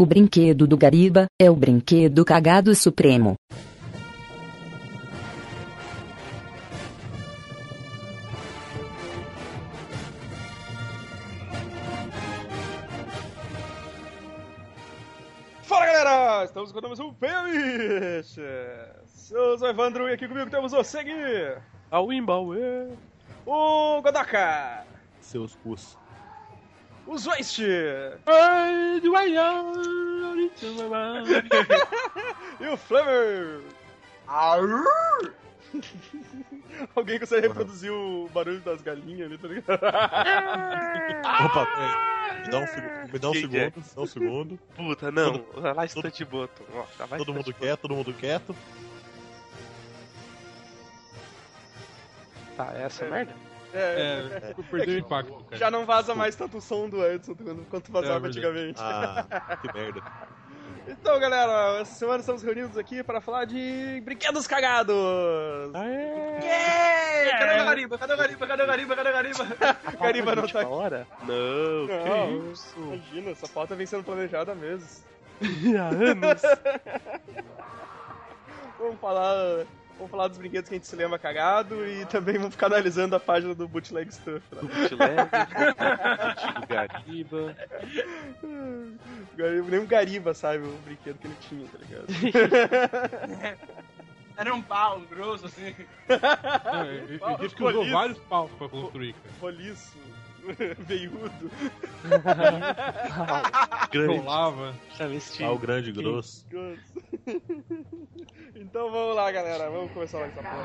O brinquedo do Gariba é o brinquedo cagado supremo. Fala galera! Estamos com mais um Pelix! Eu sou o Evandro e aqui comigo temos o Segui, A Wimbawe, o Godaka, seus cus. o Zwist ai, do Aião, e o Flamer! Alguém consegue reproduzir o barulho das galinhas ali, tá ligado? Opa, peraí. me dá um, segu- me dá um Ah! Que que é? segundo, me dá um segundo. Puta, não! Vai lá, instante boto. Ó, já vai Todo instante mundo boto. quieto, todo mundo quieto. Tá, essa merda? É, É, eu perdi o impacto, cara. já não vaza mais tanto o som do Edson quanto- quanto vazava É verdade. antigamente. Ah, que merda. Então, galera, essa semana estamos reunidos aqui para falar de brinquedos cagados! Yeah! Cadê o Gariba? Cadê o Gariba? Cadê o Gariba? Cadê o Gariba? Gariba não tá aqui. Hora? Não, Não. que isso? Imagina, essa pauta vem sendo planejada há meses. Há anos. Vamos falar, vamos falar dos brinquedos que a gente se lembra cagado e também vamos ficar analisando a página do Bootleg Stuff. Né? Bootleg, antigo Gariba. Gariba- Nem o Gariba sabe o brinquedo que ele tinha, tá ligado? Era um pau grosso, assim. Não, Ah, eu- eu- eu tive que Colhido. usou vários paus pra construir, cara. Roliço, veiudo, Grande. Rolava. Travesti. Pau Tá grande grosso. grosso. Então vamos lá, galera, vamos começar logo essa porra.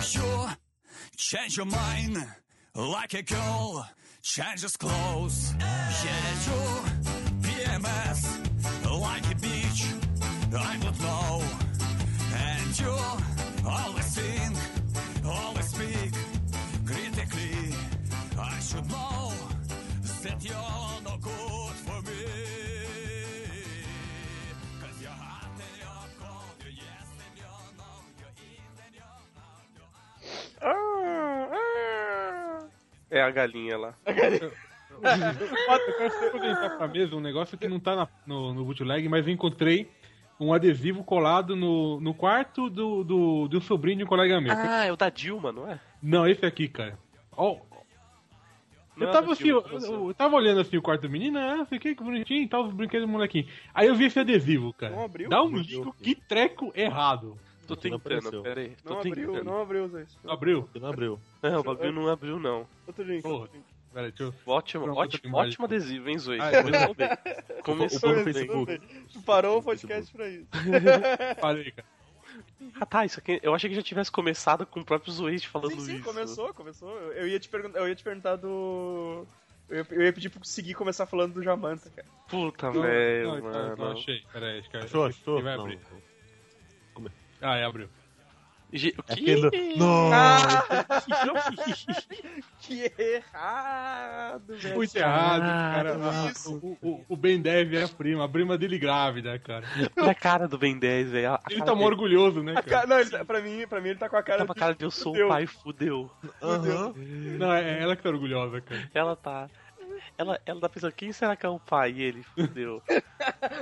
Sure, change your mind like a girl changes clothes. Yeah, sure, PMS like a bitch. I don't know. And you always think, always speak critically. I should know that you're no good for me. 'Cause you're hot and you're cold, you're yes and you're no, you're in and you're out, you're out. É a galinha lá. Eu quero sempre apresentar pra mesa um negócio que não tá na- no, no bootleg, mas eu encontrei um adesivo colado no, no quarto do, do, do sobrinho de um colega meu. Ah, é o da Dilma, não é? Não, esse aqui, cara. Ó, Não eu é tava da assim, Dilma eu, que você- eu- eu tava olhando assim o quarto do menino, ah, sei que, que bonitinho e tal, os brinquedos do molequinho. Aí eu vi esse adesivo, cara. Não abriu? Dá um Não ligo, abriu. que treco errado. Tô tentando, apareceu. peraí. Tô Não abriu, tentando. não abriu, Zé. Não abriu? Que não abriu. Não, o bagulho não abriu, não. Outro link. Porra. outro link. Peraí, deixa eu... Ótimo, Pronto, outra ótimo, imagem. ótimo adesivo, hein, Zoe? Ah, Começou bem. O Começou povo no bem. Facebook. Tu Tá Parou o podcast pra isso. Parei, cara. Ah, tá, isso aqui. Eu achei que já tivesse começado com o próprio Zoist falando Sim, sim, isso. começou, começou. Eu- Eu ia te, pergun- eu ia te perguntar do. Eu ia, eu ia pedir pro seguir começar falando do Jamanta, cara. Puta, Não, velho, não, então, não, mano. não, achei. Peraí, acho que Achou, acho que achou? vai Não. abrir. Ah, é, abriu. Ge- O que? Aquele... É Ah, Não! Que errado, velho. Muito errado, cara. Ah, o, o, o Ben Dev é a prima, a prima dele grávida, cara. Olha é a cara do Ben 10, velho. A- a Ele cara tá mó dele. orgulhoso, né, cara? Cara, não, ele tá- pra, mim, pra mim ele tá com a cara. Tá com a cara de eu sou Fudeu. o pai, fudeu. Aham. Não, é ela que tá orgulhosa, cara. Ela tá. Ela, ela tá pensando, quem será que é o pai? E ele, fudeu.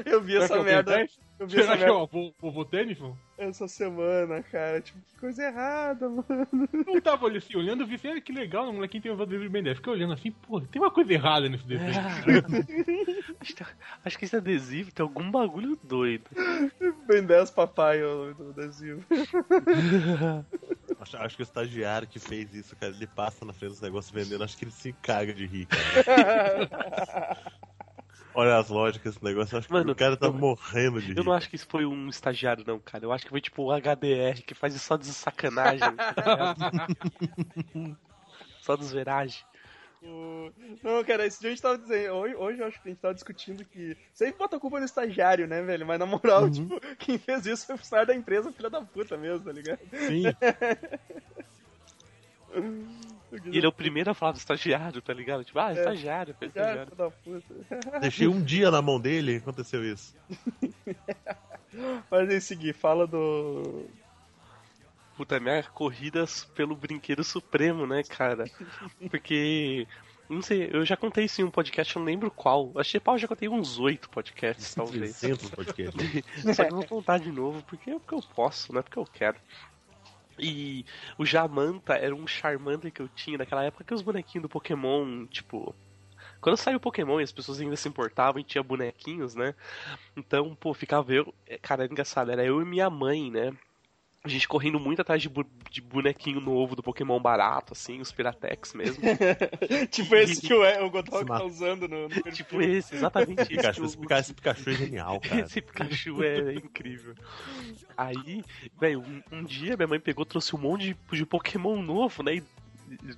Eu vi Será que é essa o Ben merda. 10? Eu vi essa Será que é merda o avô, o avô Tennyson? essa semana, cara. Tipo, que coisa errada, mano. Não tava olhando assim, olhando, eu vi assim, ah, que legal, o molequinho tem um adesivo do Ben 10. Fiquei olhando assim, pô, tem uma coisa errada nesse desenho. Acho, que- acho que esse adesivo tem algum bagulho doido. Ben 10 papai, é o nome do adesivo. Acho, acho que o estagiário que fez isso, cara, ele passa na frente dos negócios vendendo, acho que ele se caga de rir. cara. Olha as lógicas desse negócio, acho que Mano, o cara tá eu- morrendo de Eu rir. não acho que isso foi um estagiário, não, cara. Eu acho que foi tipo o HDR que faz isso só de sacanagem. tá ligado? só dos veragem. O- Não, cara, esse dia a gente tava dizendo. Hoje, hoje eu acho que a gente tava discutindo que. Sempre bota a culpa no estagiário, né, velho? Mas na Uhum. moral, tipo, quem fez isso foi o funcionário da empresa, filha da puta mesmo, tá ligado? assim. Sim. E ele é o primeiro a falar do estagiário, tá ligado? Tipo, ah, estagiário, foi Cara, estagiário. filha da puta. Deixei um dia na mão dele e aconteceu isso. Mas em seguir, fala do. Puta merda, corridas pelo brinquedo supremo, né, cara? Porque. Não sei, eu já contei sim um podcast, eu não lembro qual. Achei pau, eu já contei uns oito podcasts, talvez. 300 podcast. Só que eu vou contar de novo, porque é porque eu posso, não é porque eu quero. E o Jamanta era um Charmander que eu tinha naquela época que os bonequinhos do Pokémon, tipo. Quando saiu o Pokémon e as pessoas ainda se importavam e tinha bonequinhos, né? Então, pô, ficava eu. é, Cara, era engraçado, era eu e minha mãe, né? A gente correndo muito atrás de, bu- de bonequinho novo do Pokémon barato, assim, os Piratex mesmo. tipo esse que o, o Godog Se tá mata. usando no. no perfil. tipo esse, exatamente esse. que Pikachu, eu esse Pikachu, esse Pikachu é genial, cara. Esse Pikachu é incrível. Aí, velho, um, um dia minha mãe pegou, trouxe um monte de, de Pokémon novo, né? e-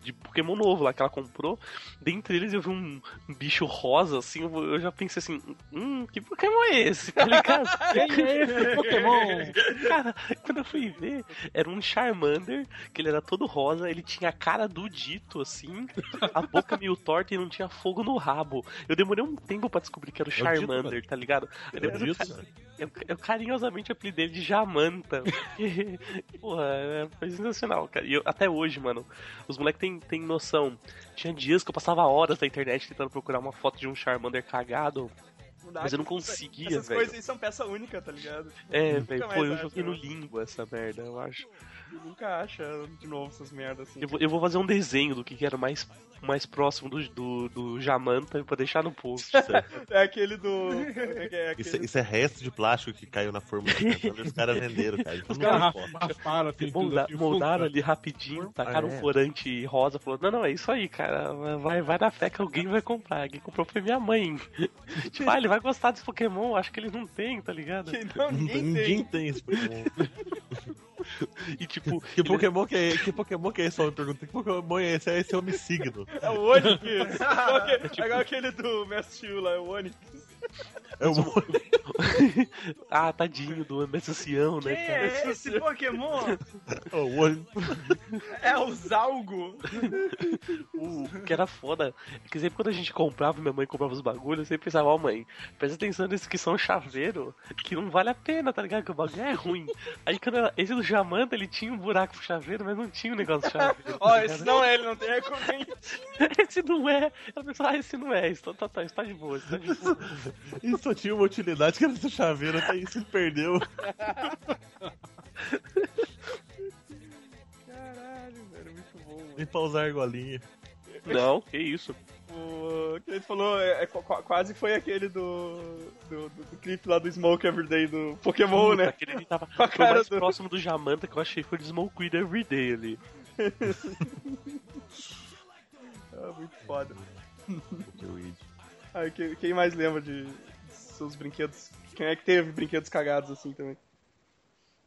De Pokémon novo lá que ela comprou. Dentre eles eu vi um, um bicho rosa, assim. Eu, eu já pensei assim: hum, que Pokémon é esse? Tá ligado? Quem é esse Pokémon? Cara, quando eu fui ver, era um Charmander, que ele era todo rosa, ele tinha a cara do Dito, assim, a boca meio torta e não tinha fogo no rabo. Eu demorei um tempo pra descobrir que era o É o Ditto, Charmander, tá ligado? Aí depois eu, Isso, cara. eu, eu carinhosamente apelidei ele de Jamanta. Porque, porra, é, foi sensacional, cara. E eu- até hoje, mano, os moleques têm tem noção. Tinha dias que eu passava horas na internet tentando procurar uma foto de um Charmander cagado. Não dá, Mas eu não tipo, conseguia, Essas velho. coisas aí são peça única, tá ligado? Tipo, É, velho, mais pô, eu acho, né? joguei no mano. língua essa merda, eu acho. nunca acha de novo essas merdas assim. Eu vou, eu vou fazer um desenho do que que era mais, mais próximo do, do, do Jamanta pra deixar no post. tá É aquele do. É, é Isso, é- aquele... isso é resto de plástico que caiu na fórmula. Cara. Os caras venderam, cara. Então Os não tem caras foto. rasparam assim, tudo Molda, assim, moldaram ali rapidinho, tacaram Ah, um é? corante rosa, falou, não, não, é isso aí, cara, vai, vai na fé que alguém vai comprar, quem comprou foi minha mãe. tipo, ah, ele vai gostar desse Pokémon, acho que ele não tem, tá ligado? Não, ninguém tem. Ninguém tem esse Pokémon. E tipo, Que Pokémon que é, que Pokémon que é esse? Eu me pergunta, que Pokémon é esse? É esse Homisigno. É o Onix. Igual aquele- Tipo, Igual aquele do Mestre Chiu lá, é o Onix. É um... ah, tadinho do Messancião, né, cara? é esse Pokémon? o olho- É o Zalgo. O que era foda, é que sempre quando a gente comprava, minha mãe comprava os bagulhos, eu sempre pensava, ó mãe, presta atenção nesses que são chaveiro, que não vale a pena, tá ligado? Que o bagulho é ruim. Aí quando ela- esse do Jamanta, ele tinha um buraco pro chaveiro, mas não tinha o negócio do chaveiro. Ó, tá esse ligado? não é, ele não tem recompensa. Esse não é. Ela pensou, ah, esse não é. Isso tá, tá, tá, isso tá de boa, isso tá de boa. Isso só tinha uma utilidade que era essa chaveira, até isso ele perdeu. Caralho, velho, é muito bom, mano. Nem pra usar a argolinha. Não, que isso. O que ele falou é, é qu- qu- quase foi aquele do, do, do- do clipe lá do Smoke Everyday do Pokémon, né? Aquele ali tava a foi o mais cara do- próximo do Jamanta que eu achei foi o Smokeweed Everyday ali. É muito foda. Aí, que- quem mais lembra de seus brinquedos? Quem é que teve brinquedos cagados assim também?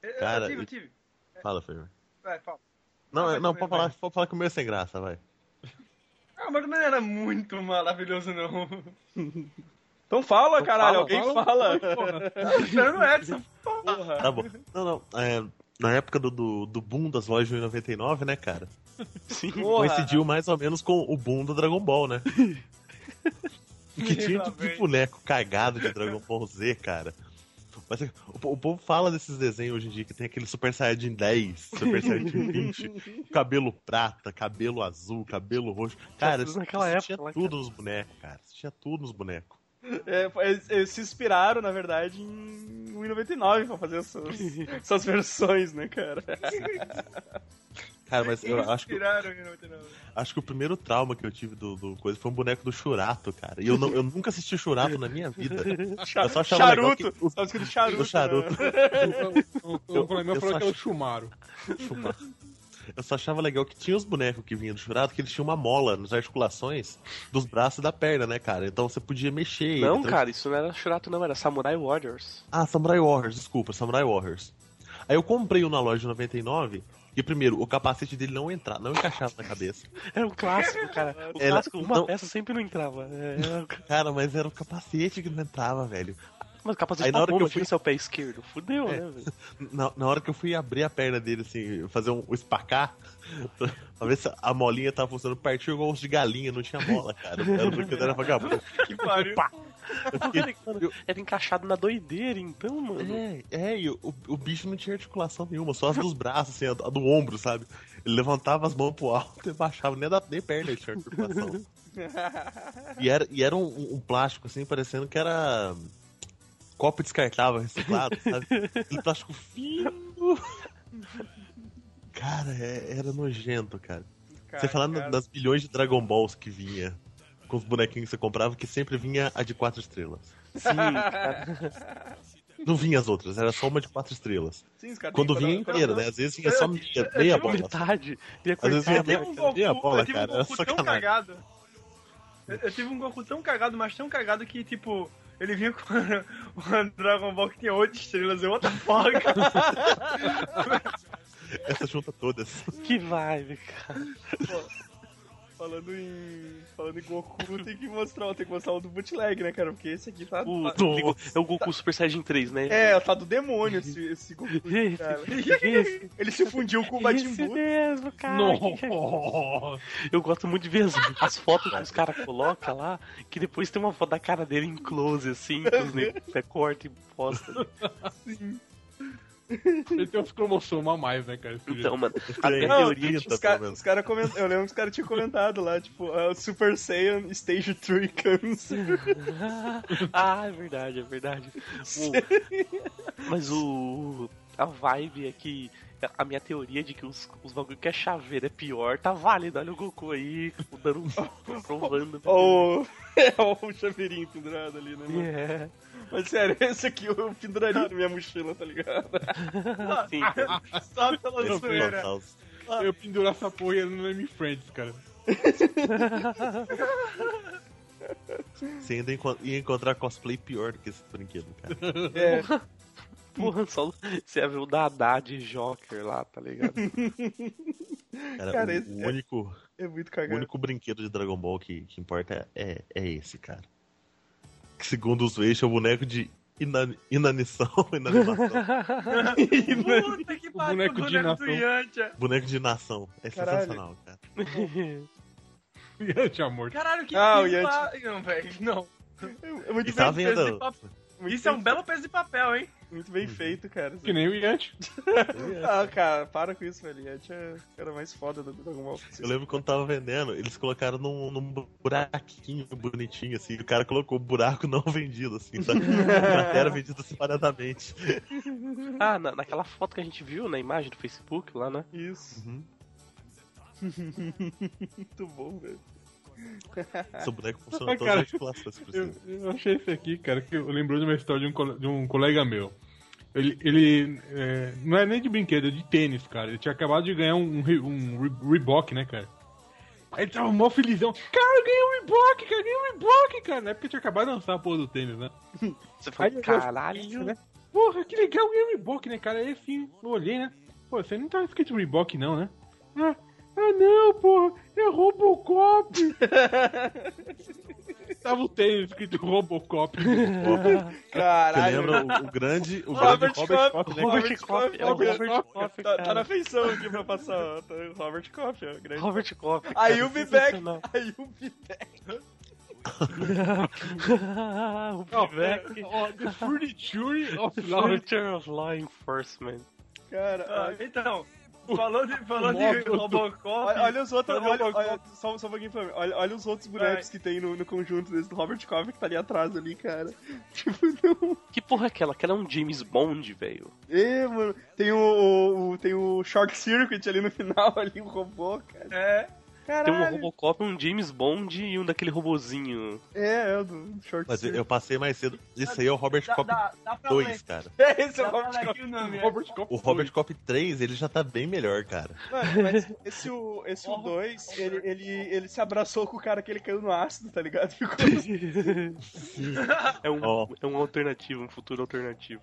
Eu, Cara, eu tive, eu e- tive. Fala, Fer. Vai, fala. Não, é- não Vai, vai, pode, falar, pode falar que o meu é sem graça, vai. Ah, mas não era muito maravilhoso, não. Então fala, Então caralho, fala, alguém fala. Não, não era essa Porra. Tá bom. Não, não. é, na época do, do, do boom das lojas de 99, né, cara? Sim. Coincidiu mais ou menos com o boom do Dragon Ball, né? que tinha tudo de boneco cagado de Dragon Ball Z, cara. Mas é, o, po- o povo fala desses desenhos hoje em dia que tem aquele Super Saiyajin 10, Super Saiyajin 20, cabelo prata, cabelo azul, cabelo roxo. Cara, tudo isso, naquela isso tinha época lá, tudo nos bonecos, cara. Isso tinha tudo nos bonecos. É, foi- eles, eles se inspiraram, na verdade, em 1,99 pra fazer essas, essas versões, né, cara? Cara, mas eu acho que, Tiraram em 99. acho que o primeiro trauma que eu tive do, do coisa foi um boneco do Churato, cara. E eu, não- eu nunca assisti Churato na minha vida. Eu só achava legal charuto. que os- Tava escrito charuto. o charuto. né? O, o, o, o Flamengo eu falou só que é o acho- Chumaro. Chumar. Eu só achava legal que tinha os bonecos que vinham do jurado, que eles tinham uma mola nas articulações dos braços e da perna, né, cara? Então você podia mexer. ele, Não, então- cara, isso não era Shurato, não, era Samurai Warriors. Ah, Samurai Warriors, desculpa, Samurai Warriors. Aí eu comprei um na loja de 99 e primeiro, o capacete dele não entrava, não encaixava na cabeça. Era um clássico, cara. O Era- clássico, uma não. peça sempre não entrava. É, era- Cara, mas era o capacete que não entrava, velho. Mas o Aí capacete na tá hora bom, que eu mas fui- tira seu pé esquerdo. Fudeu, É. né, velho? Na, na hora que eu fui abrir a perna dele, assim, fazer um, um espacar, pra, pra ver se a molinha tava funcionando, partiu igual osso de galinha, não tinha mola, cara. Era porque eu era vagabundo. Que pariu. Eu fiquei- eu- Era encaixado na doideira, então, mano. é, é, e o, o bicho não tinha articulação nenhuma, só as dos braços, assim, a, do- a do ombro, sabe? Ele levantava as mãos pro alto e baixava, nem, da, nem perna ele tinha articulação. E era, e era um, um plástico, assim, parecendo que era copo descartável, reciclado, sabe? Aquele plástico fino. Cara, é- era nojento, cara. Você falar na- das bilhões de Dragon Balls que vinha com os bonequinhos que você comprava, que sempre vinha a de quatro estrelas. Sim, cara. Não vinha as outras, era só uma de quatro estrelas. Sim, os caras Quando têm- vinha inteira, né? Às vezes vinha só meia, é, Tinha tipo meia bola. metade. E a Às vezes vinha coitada, meia, Teve um meia Goku, bola, eu tive um cara. Era Goku tão sacanagem. cagado. Eu, eu tive um Goku tão cagado, mas tão cagado que, tipo, ele vinha com um Dragon Ball que tinha 8 estrelas. Eu, what the fuck? Essa junta assim, todas. que vibe, cara. Falando em. Falando em Goku, tem que mostrar, tem que mostrar o do bootleg, né, cara? Porque esse aqui tá. O, tá- aquele Go- é o Goku Super Saiyajin 3, né? É, tá do demônio esse, esse Goku, Esse- cara. esse- Ele se fundiu com o Majin Isso Buu. mesmo, cara. é Nossa! Eu gosto muito de ver as, as fotos que os caras colocam lá, que depois tem uma foto da cara dele em close, assim, que os negros até cortam e postam. Ele tem uns cromossomos a mais, né, cara? esse jeito. Então, mano, a Tem. minha Não, teoria de os caras os cara coment... Eu lembro que os caras tinham comentado lá, tipo, ah, Super Saiyan Stage 3 comes. ah, é verdade, é verdade. O- mas o. A vibe é que. A minha teoria de que os, os bagulho que é chaveira é pior tá válida. Olha o Goku aí, dando um. provando. Ou é o chaveirinho pendurado ali, né, mano? É, Mas sério, esse aqui eu penduraria na minha mochila, tá ligado? sim, cara. Só pela Esse é. zoeira. Gonçalves. Eu pendurar essa porra e ele não é me friends, cara. Você ainda enco- ia encontrar cosplay pior do que esse brinquedo, cara. É, Porra, só você ia ver o Dadá de Joker lá, tá ligado? Cara, Cara, o, esse- o único, é muito o cagado. único brinquedo de Dragon Ball que, que importa é, é esse, cara. Que segundo os Zueixo é o boneco de inani- inanição, inanimação. Puta que pariu, boneco de do nação. Yantia. boneco de inação. É Caralho. sensacional, cara. Yantia amor. Caralho, que Ah, o que Yantia. pa- Não, velho, não. É muito bem, E tá Peso de vendo? Uhum. papel. muito Isso é um bem- belo peso de papel, hein? Muito bem feito, cara. Que nem o tipo, Yantia. Ah, cara, para com isso, velho. Yeti é o cara mais foda do Dragon Ball. Eu lembro quando tava vendendo, eles colocaram num, num buraquinho bonitinho, assim. e O cara colocou buraco não vendido, assim, sabe? Era vendido separadamente. Ah, na- naquela foto que a gente viu na imagem do Facebook lá, né? Isso. Uhum. muito bom, velho. É. Seu boneco funciona todas Cara, as articulações. por Eu, cima. eu achei esse aqui, cara, que eu lembrou de uma história de um, cole- de um colega meu. Ele, ele é, não é nem de brinquedo, é de tênis, cara. Ele tinha acabado de ganhar um, Re- um Re- Reebok, né, cara? Aí ele tava mó felizão. Cara, eu ganhei um Reebok, cara, eu ganhei um Reebok, cara. Na época eu tinha acabado de lançar a porra do tênis, né? Você Aí falou, eu- caralho. né? Porra, que legal, eu ganhei um Reebok, né, cara? Aí assim, eu olhei, né? Pô, você não tá escrito Reebok, não, né? Ah, ah não, porra, é Robocop. tava o tênis escrito Robocop. Você Caralho, lembra o, o grande, o Robert grande Robert Koch, né? Robert Robert Koff, Koff, é o Robert Robert Koff, tá, tá na cara. feição aqui pra passar. ó. Tá, Robert Koff, ó, grande. Robert Koff. cara, Aí o Vivek, sensacional. aí o Vivek. o Vivek. Ó, né? The Furniture of Love. Future of Law Enforcement. Ah, Cara, então, falou de, falou de Móvel. Robocop. olha, olha os outros. Olha o Olha, Robocop. olha- só, só um pouquinho pra mim. Olha, olha os outros bonecos que tem no, no conjunto desse do Robert Koff que tá ali atrás ali, cara. Tipo, não. Que porra é aquela? Aquela é um James Bond, velho. É, mano. Tem o, o- o- Tem o Short Circuit ali no final, ali, o robô, cara. É. Tem um Caralho. Robocop, um James Bond e um daquele robozinho. É, é o do short Mas eu, circuit. eu passei mais cedo. Isso aí é o Robert Dá, Cop dá, dá pra ler. 2, cara. É esse é Dá o pra Robert ler Cop. aqui o nome. é. Robert Cop. O Robert Cop 3, ele já tá bem melhor, cara. Mano, mas esse o 2, esse o dois, ele, ele, ele se abraçou com o cara que ele caiu no ácido, tá ligado? Ficou É um, Ó. é um alternativo, um futuro alternativo.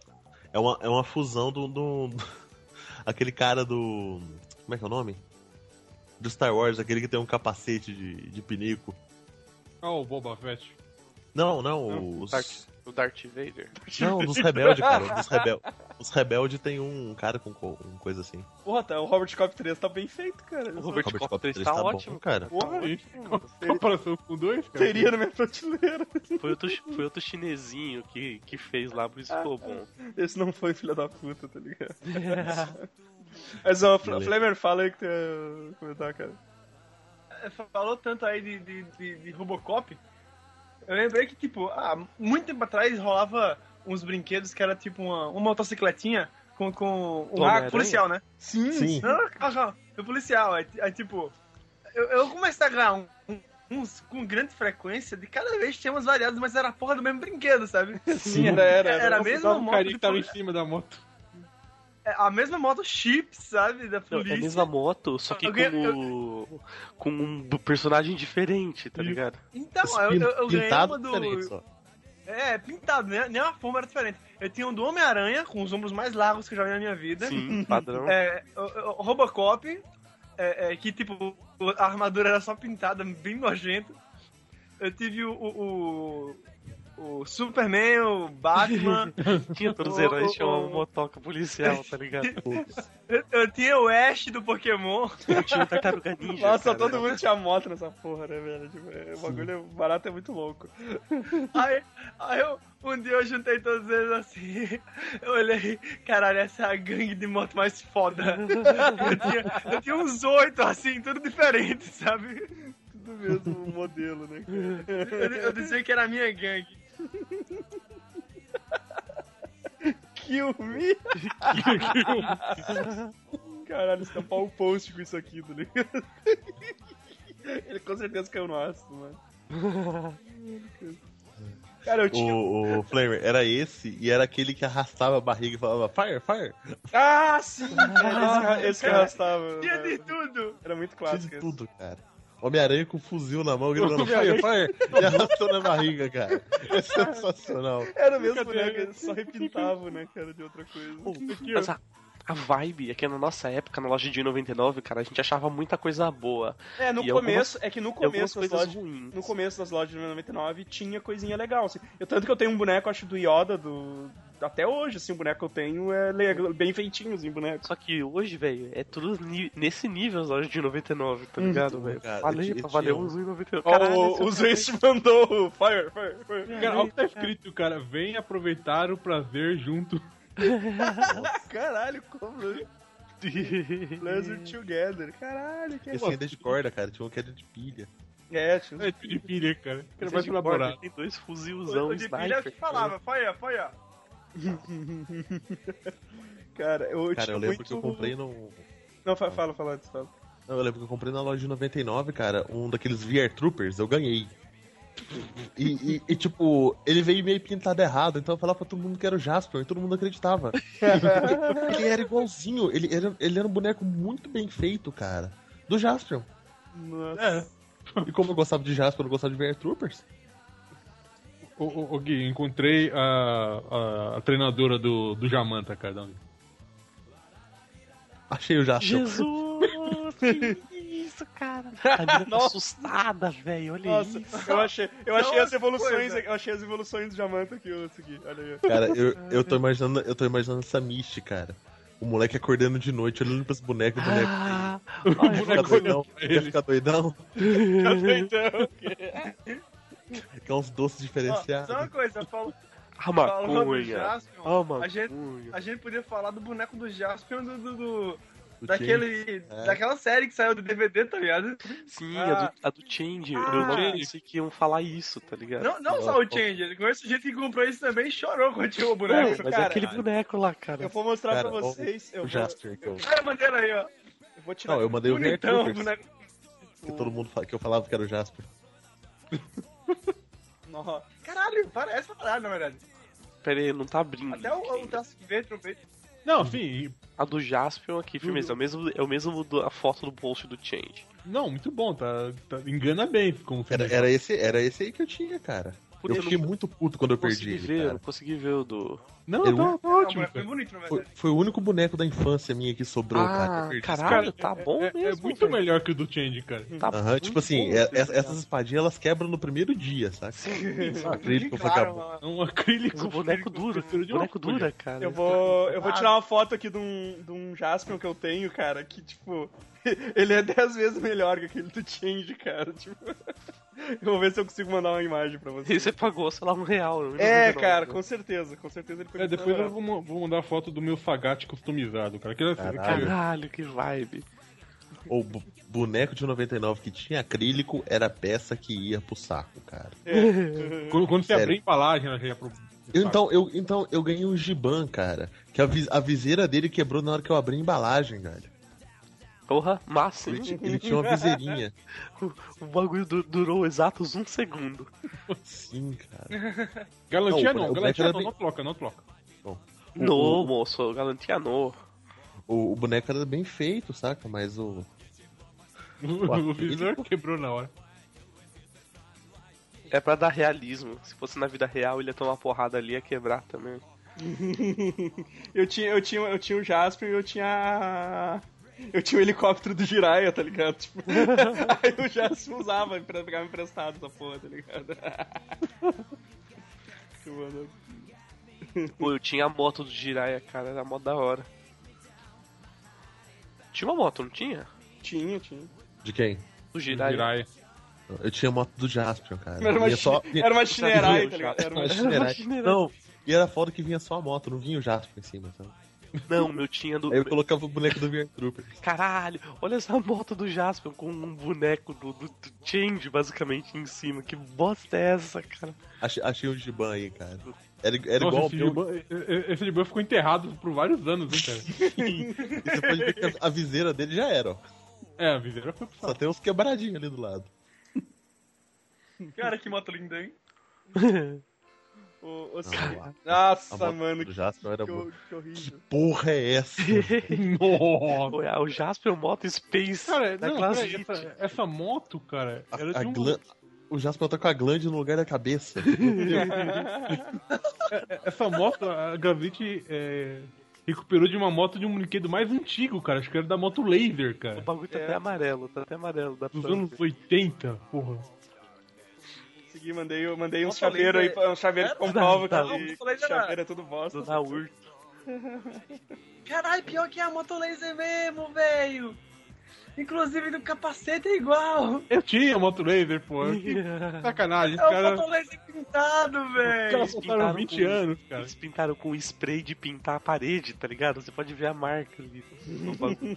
É uma, é uma fusão do, do- do- Aquele cara do. Como é que é o nome? Do Star Wars, aquele que tem um capacete de, de pinico. Ah, o Boba Fett. Não, não, os. Darth- o Darth Vader. Não, dos rebeldes, cara. Dos rebel... Os rebeldes tem um cara com co- um coisa assim. Porra, tá, o Robert Cop 3 tá bem feito, cara. O Robert Robert Cop Cop 3 três tá, tá bom, ótimo. cara. Tá Porra, aí. ótimo. Comparação com dois, cara. Teria na minha prateleira. Foi outro, foi outro chinesinho que, que fez lá, por isso Ah, ficou bom. Esse não foi filho da puta, tá ligado? Mas ó, Fl- Beleza. Flamer, fala aí que tu ia comentar, cara. É, Falou tanto aí de, de, de- de Robocop. Eu lembrei que, tipo, há muito tempo atrás rolava uns brinquedos que era tipo uma, uma motocicletinha com, com um Homem-Aranha? arco policial, né? Sim, Hum, Sim. Não, calma, o policial. Aí, aí, tipo, eu, eu comecei a ganhar um- um- uns com grande frequência, de cada vez tinha umas variadas, mas era a porra do mesmo brinquedo, sabe? é sim, era, era. Era, era. a Mesmo mesma o moto, carinha que de tava em poli- cima da moto. é, a mesma moto chip, sabe? Não, é Da a polícia. mesma moto, só que Alguém- com, o- com um do personagem diferente, tá Isso. ligado? Então, eu, eu, eu ganhei Pintado uma do. diferente só. É, pintado, né? Nem a forma era diferente. Eu tinha um do Homem-Aranha, com os ombros mais largos que eu já vi na minha Né? vida. Sim, padrão. É, o, o- o Robocop, é, é, que tipo, a armadura era só pintada, bem nojenta. Eu tive o. o, o- o Superman, o Batman, Tinha todos os o- heróis, o- tinha uma o- motoca policial, tá ligado? eu, eu tinha o Ash do Pokémon. Eu tinha o Tartaruga Ninja. Nossa, cara. todo mundo tinha moto nessa porra, né, velho? Tipo, é, o bagulho barato é muito louco. Aí, aí eu, um dia eu juntei todos eles assim. Eu olhei, caralho, essa é a gangue de moto mais foda. Eu tinha, eu tinha uns oito assim, tudo diferente, sabe? Do mesmo modelo, né, cara? Eu, eu dizia que era a minha gangue. Kill me! Caralho, estampar um post com isso aqui, tá ligado? Ele com certeza caiu no ácido, mano. Cara, eu tinha. O, o Flamer era esse e era aquele que arrastava a barriga e falava fire, fire. Ah, sim! cara, esse, esse que arrastava. Tinha né? de tudo. Era muito Tinha de clássico. esse. tudo, cara. Homem-Aranha com um fuzil na mão, gritando fire, fire, e arrastou na barriga, cara. É sensacional. Era o mesmo boneco, ele só repintava, né, cara, de outra coisa. Mas a, a vibe é que na nossa época, na loja de 99, cara, a gente achava muita coisa boa. É, no E começo, é que no E algumas começo das coisas lojas. ruins. No começo das lojas de 99 tinha coisinha legal. Assim. Eu, tanto que eu tenho um boneco, acho, do Yoda, do. Até hoje, assim, o boneco que eu tenho é legal, bem feitinho, assim, o boneco. Só que hoje, velho, é tudo ni- nesse nível as lojas de 99, tá ligado, velho? Cara, eu Valeu, ti- eu valeu tinha uns 1,99. Caralho, Uhum. Ó, é o o esse é Zeus mandou o Fire, Fire, Fire. Cara, olha o que é. tá escrito, cara. Vem aproveitar o prazer junto. Caralho, como? Laser Together. Caralho, que é Esse ainda é de corda, cara. Tinha um que era de pilha. É, tio. É de pilha, cara. Cara, Esse mais de borda elaborado. Tem dois fuzilzão O, o de pilha é o sniper. que falava, foi, foi, ó. Cara, eu Cara, tinha eu lembro muito- que eu comprei Ah. no. Não, fa- fala, fala antes, fala. Não, eu lembro que eu comprei na loja de 99, cara, um daqueles VR Troopers, eu ganhei. E, e- e, tipo, ele veio meio pintado errado, então eu falava pra todo mundo que era o Jasper, e todo mundo acreditava. Porque ele era igualzinho, ele era, ele era um boneco muito bem feito, cara. Do Jasper. Nossa. E como eu gostava de Jasper, eu não gostava de VR Troopers. Ô, ô, ô, Gui, encontrei a, a, a treinadora do, do Jamanta, cara. da- Achei o Jasper. Jesus! que isso, cara? A menina tá assustada, velho. Olha Nossa, isso. eu achei, eu achei as Nossa, evoluções, coisa. eu achei as evoluções do Jamanta que eu segui. Olha aí. Cara, eu, eu, tô imaginando, eu tô imaginando essa Misty, cara. O moleque acordando de noite, olhando pros bonecos, o boneco Ah, fica doidão. Quer ficar doidão? Quer é uns doces Ó, diferenciados. Só uma coisa, fal- a falando do maconha. Jasper, A a gente, tá maconha. a gente podia falar do boneco do Jasper do, do- do- Do daquele, É. daquela série que saiu do DVD, tá ligado? Sim, Ah. a, do, a do Change. Ah. eu não pensei que iam falar isso, tá É, ligado? Não, não só o Change, conheço gente que comprou isso também e chorou quando tirou o Não, boneco. mas é cara, aquele boneco lá, cara. Eu vou mostrar Cara, pra vocês. Eu vou, O Jasper. que eu- Olha a maneira aí, ó. eu vou tirar. Então. né? Não, eu mandei o VR Bonitão o Troopers. boneco. que todo mundo fala, que eu falava que era o Jasper. Nó. Caralho, parece pra caralho, na verdade. Pera aí, não tá abrindo. Até o, o traço que vê, trompete. Não, sim. e- A do Jaspion Uhum. aqui, firmeza. É o mesmo, é o mesmo do- a foto do post do Change. Não, muito bom, tá, tá- engana bem como Era, era esse, era esse aí que eu tinha, cara. Puta, eu fiquei muito puto quando eu não consegui perdi ele, ver, eu cara. não consegui ver o do. Não, Era tá, um- tá Não, ótimo. é mas foi cara. bonito, na Foi, verdade. foi o único boneco da infância minha que sobrou, cara. Ah, Eu perdi esse caralho, tá É- bom é, mesmo. é muito velho. melhor que o do Change, cara. Tá Aham, muito tipo assim, é- bom esse essa- desenho. essas espadinhas elas quebram no primeiro dia, saca? Sim, Só acrílico foi Claro, acabou. mano. Um acrílico. o boneco dura. Prefiro de uma boneco folha. dura, cara. Eu vou, eu vou tirar uma foto aqui de um, de um Jaspion que eu tenho, cara, que, tipo, ele é 10 vezes melhor que aquele do Change, cara. Tipo, eu vou ver se eu consigo mandar uma imagem pra E vocês. você pagou, sei lá, um real. eu não É, lembro, não. cara, com certeza, com certeza ele pegou. É, depois eu vou, mo- vou mandar foto do meu Fagate customizado, cara. Aquele, Caralho. aquele- Caralho, que vibe. O bu- boneco de 99 que tinha acrílico era a peça que ia pro saco, cara. quando, quando você Sério. abrir a embalagem, ela já ia pro. Eu, então, eu, então, eu ganhei um Giban, cara. Que a, vi- a viseira dele quebrou na hora que eu abri a embalagem, cara. Porra, massa, Ele, ti- hein? ele tinha uma viseirinha. O bagulho du- durou exatos um segundo. Sim, cara. Galantia Não, o não, Black Galantia era não, bem- não troca, não troca. O- No, o- moço, garantia no. O, o boneco era bem feito, saca? Mas o. O visor quebrou na hora. É pra dar realismo. Se fosse na vida real, ele ia tomar porrada ali e ia quebrar também. Eu tinha, eu tinha, eu tinha o Jasper e eu tinha. a- Eu tinha o helicóptero do Jiraiya, tá ligado? Tipo, aí o Jasper usava pra pegar emprestado essa porra, tá ligado? Que maluco. Pô, eu tinha a moto do Jiraiya, cara, era mó da hora. Tinha uma moto, não tinha? tinha, tinha. De quem? Do Jiraiya. Jiraiya. Eu tinha a moto do Jaspion, cara. Era uma, Vinha é só- chi- era uma Shinerai, Eu tá já- ligado? Era uma Era uma Shinerai. Não, e era foda que vinha só a moto, não vinha o Jaspion em cima, sabe? Não, meu tinha do. Aí eu colocava o boneco do Bear Trooper. Caralho, olha essa moto do Jasper com um boneco do, do, do Change, basicamente, em cima. Que bosta é essa, cara? Achei, achei um Giban aí, cara. Era, era Nossa, igual ao esse meu. Giban- e- e- esse Giban ficou enterrado por vários anos, hein, cara. E você pode ver que a, a viseira dele já era, ó. É, a viseira foi pro Só saco. tem uns quebradinhos ali do lado. Cara, que moto linda, hein? O, o- Não, a- a Nossa, moto mano, do que, Jasper era que boa. hor- que horrível. Porra é essa? Nossa. Ué, é o Jasper Moto Space Cara, da não, classe peraí, It. essa, essa moto, cara, A, era a de um. glan- O Jasper tá com a glande no lugar da cabeça. É Essa moto, a Gravity é, recuperou de uma moto de um brinquedo mais antigo, cara. Acho que era da moto laser, O cara. bagulho tá até amarelo, tá até amarelo. Dá pra Dos É. anos 80, porra. Consegui, mandei, eu mandei um Nossa, chaveiro aí, laser- pra- um chaveiro que Era- comprova Não, tá. não, que não, laser era- chaveiro é tudo bosta. do Naur. Caralho, pior que é a moto laser mesmo, velho. Inclusive do capacete é igual. Eu tinha moto laser, porra. Que sacanagem, É os o caras. moto laser pintado, Os velho. caras soltaram pintaram 20 com- anos, cara. Eles pintaram com spray de pintar a parede, tá ligado? Você pode ver a marca ali no bagulho.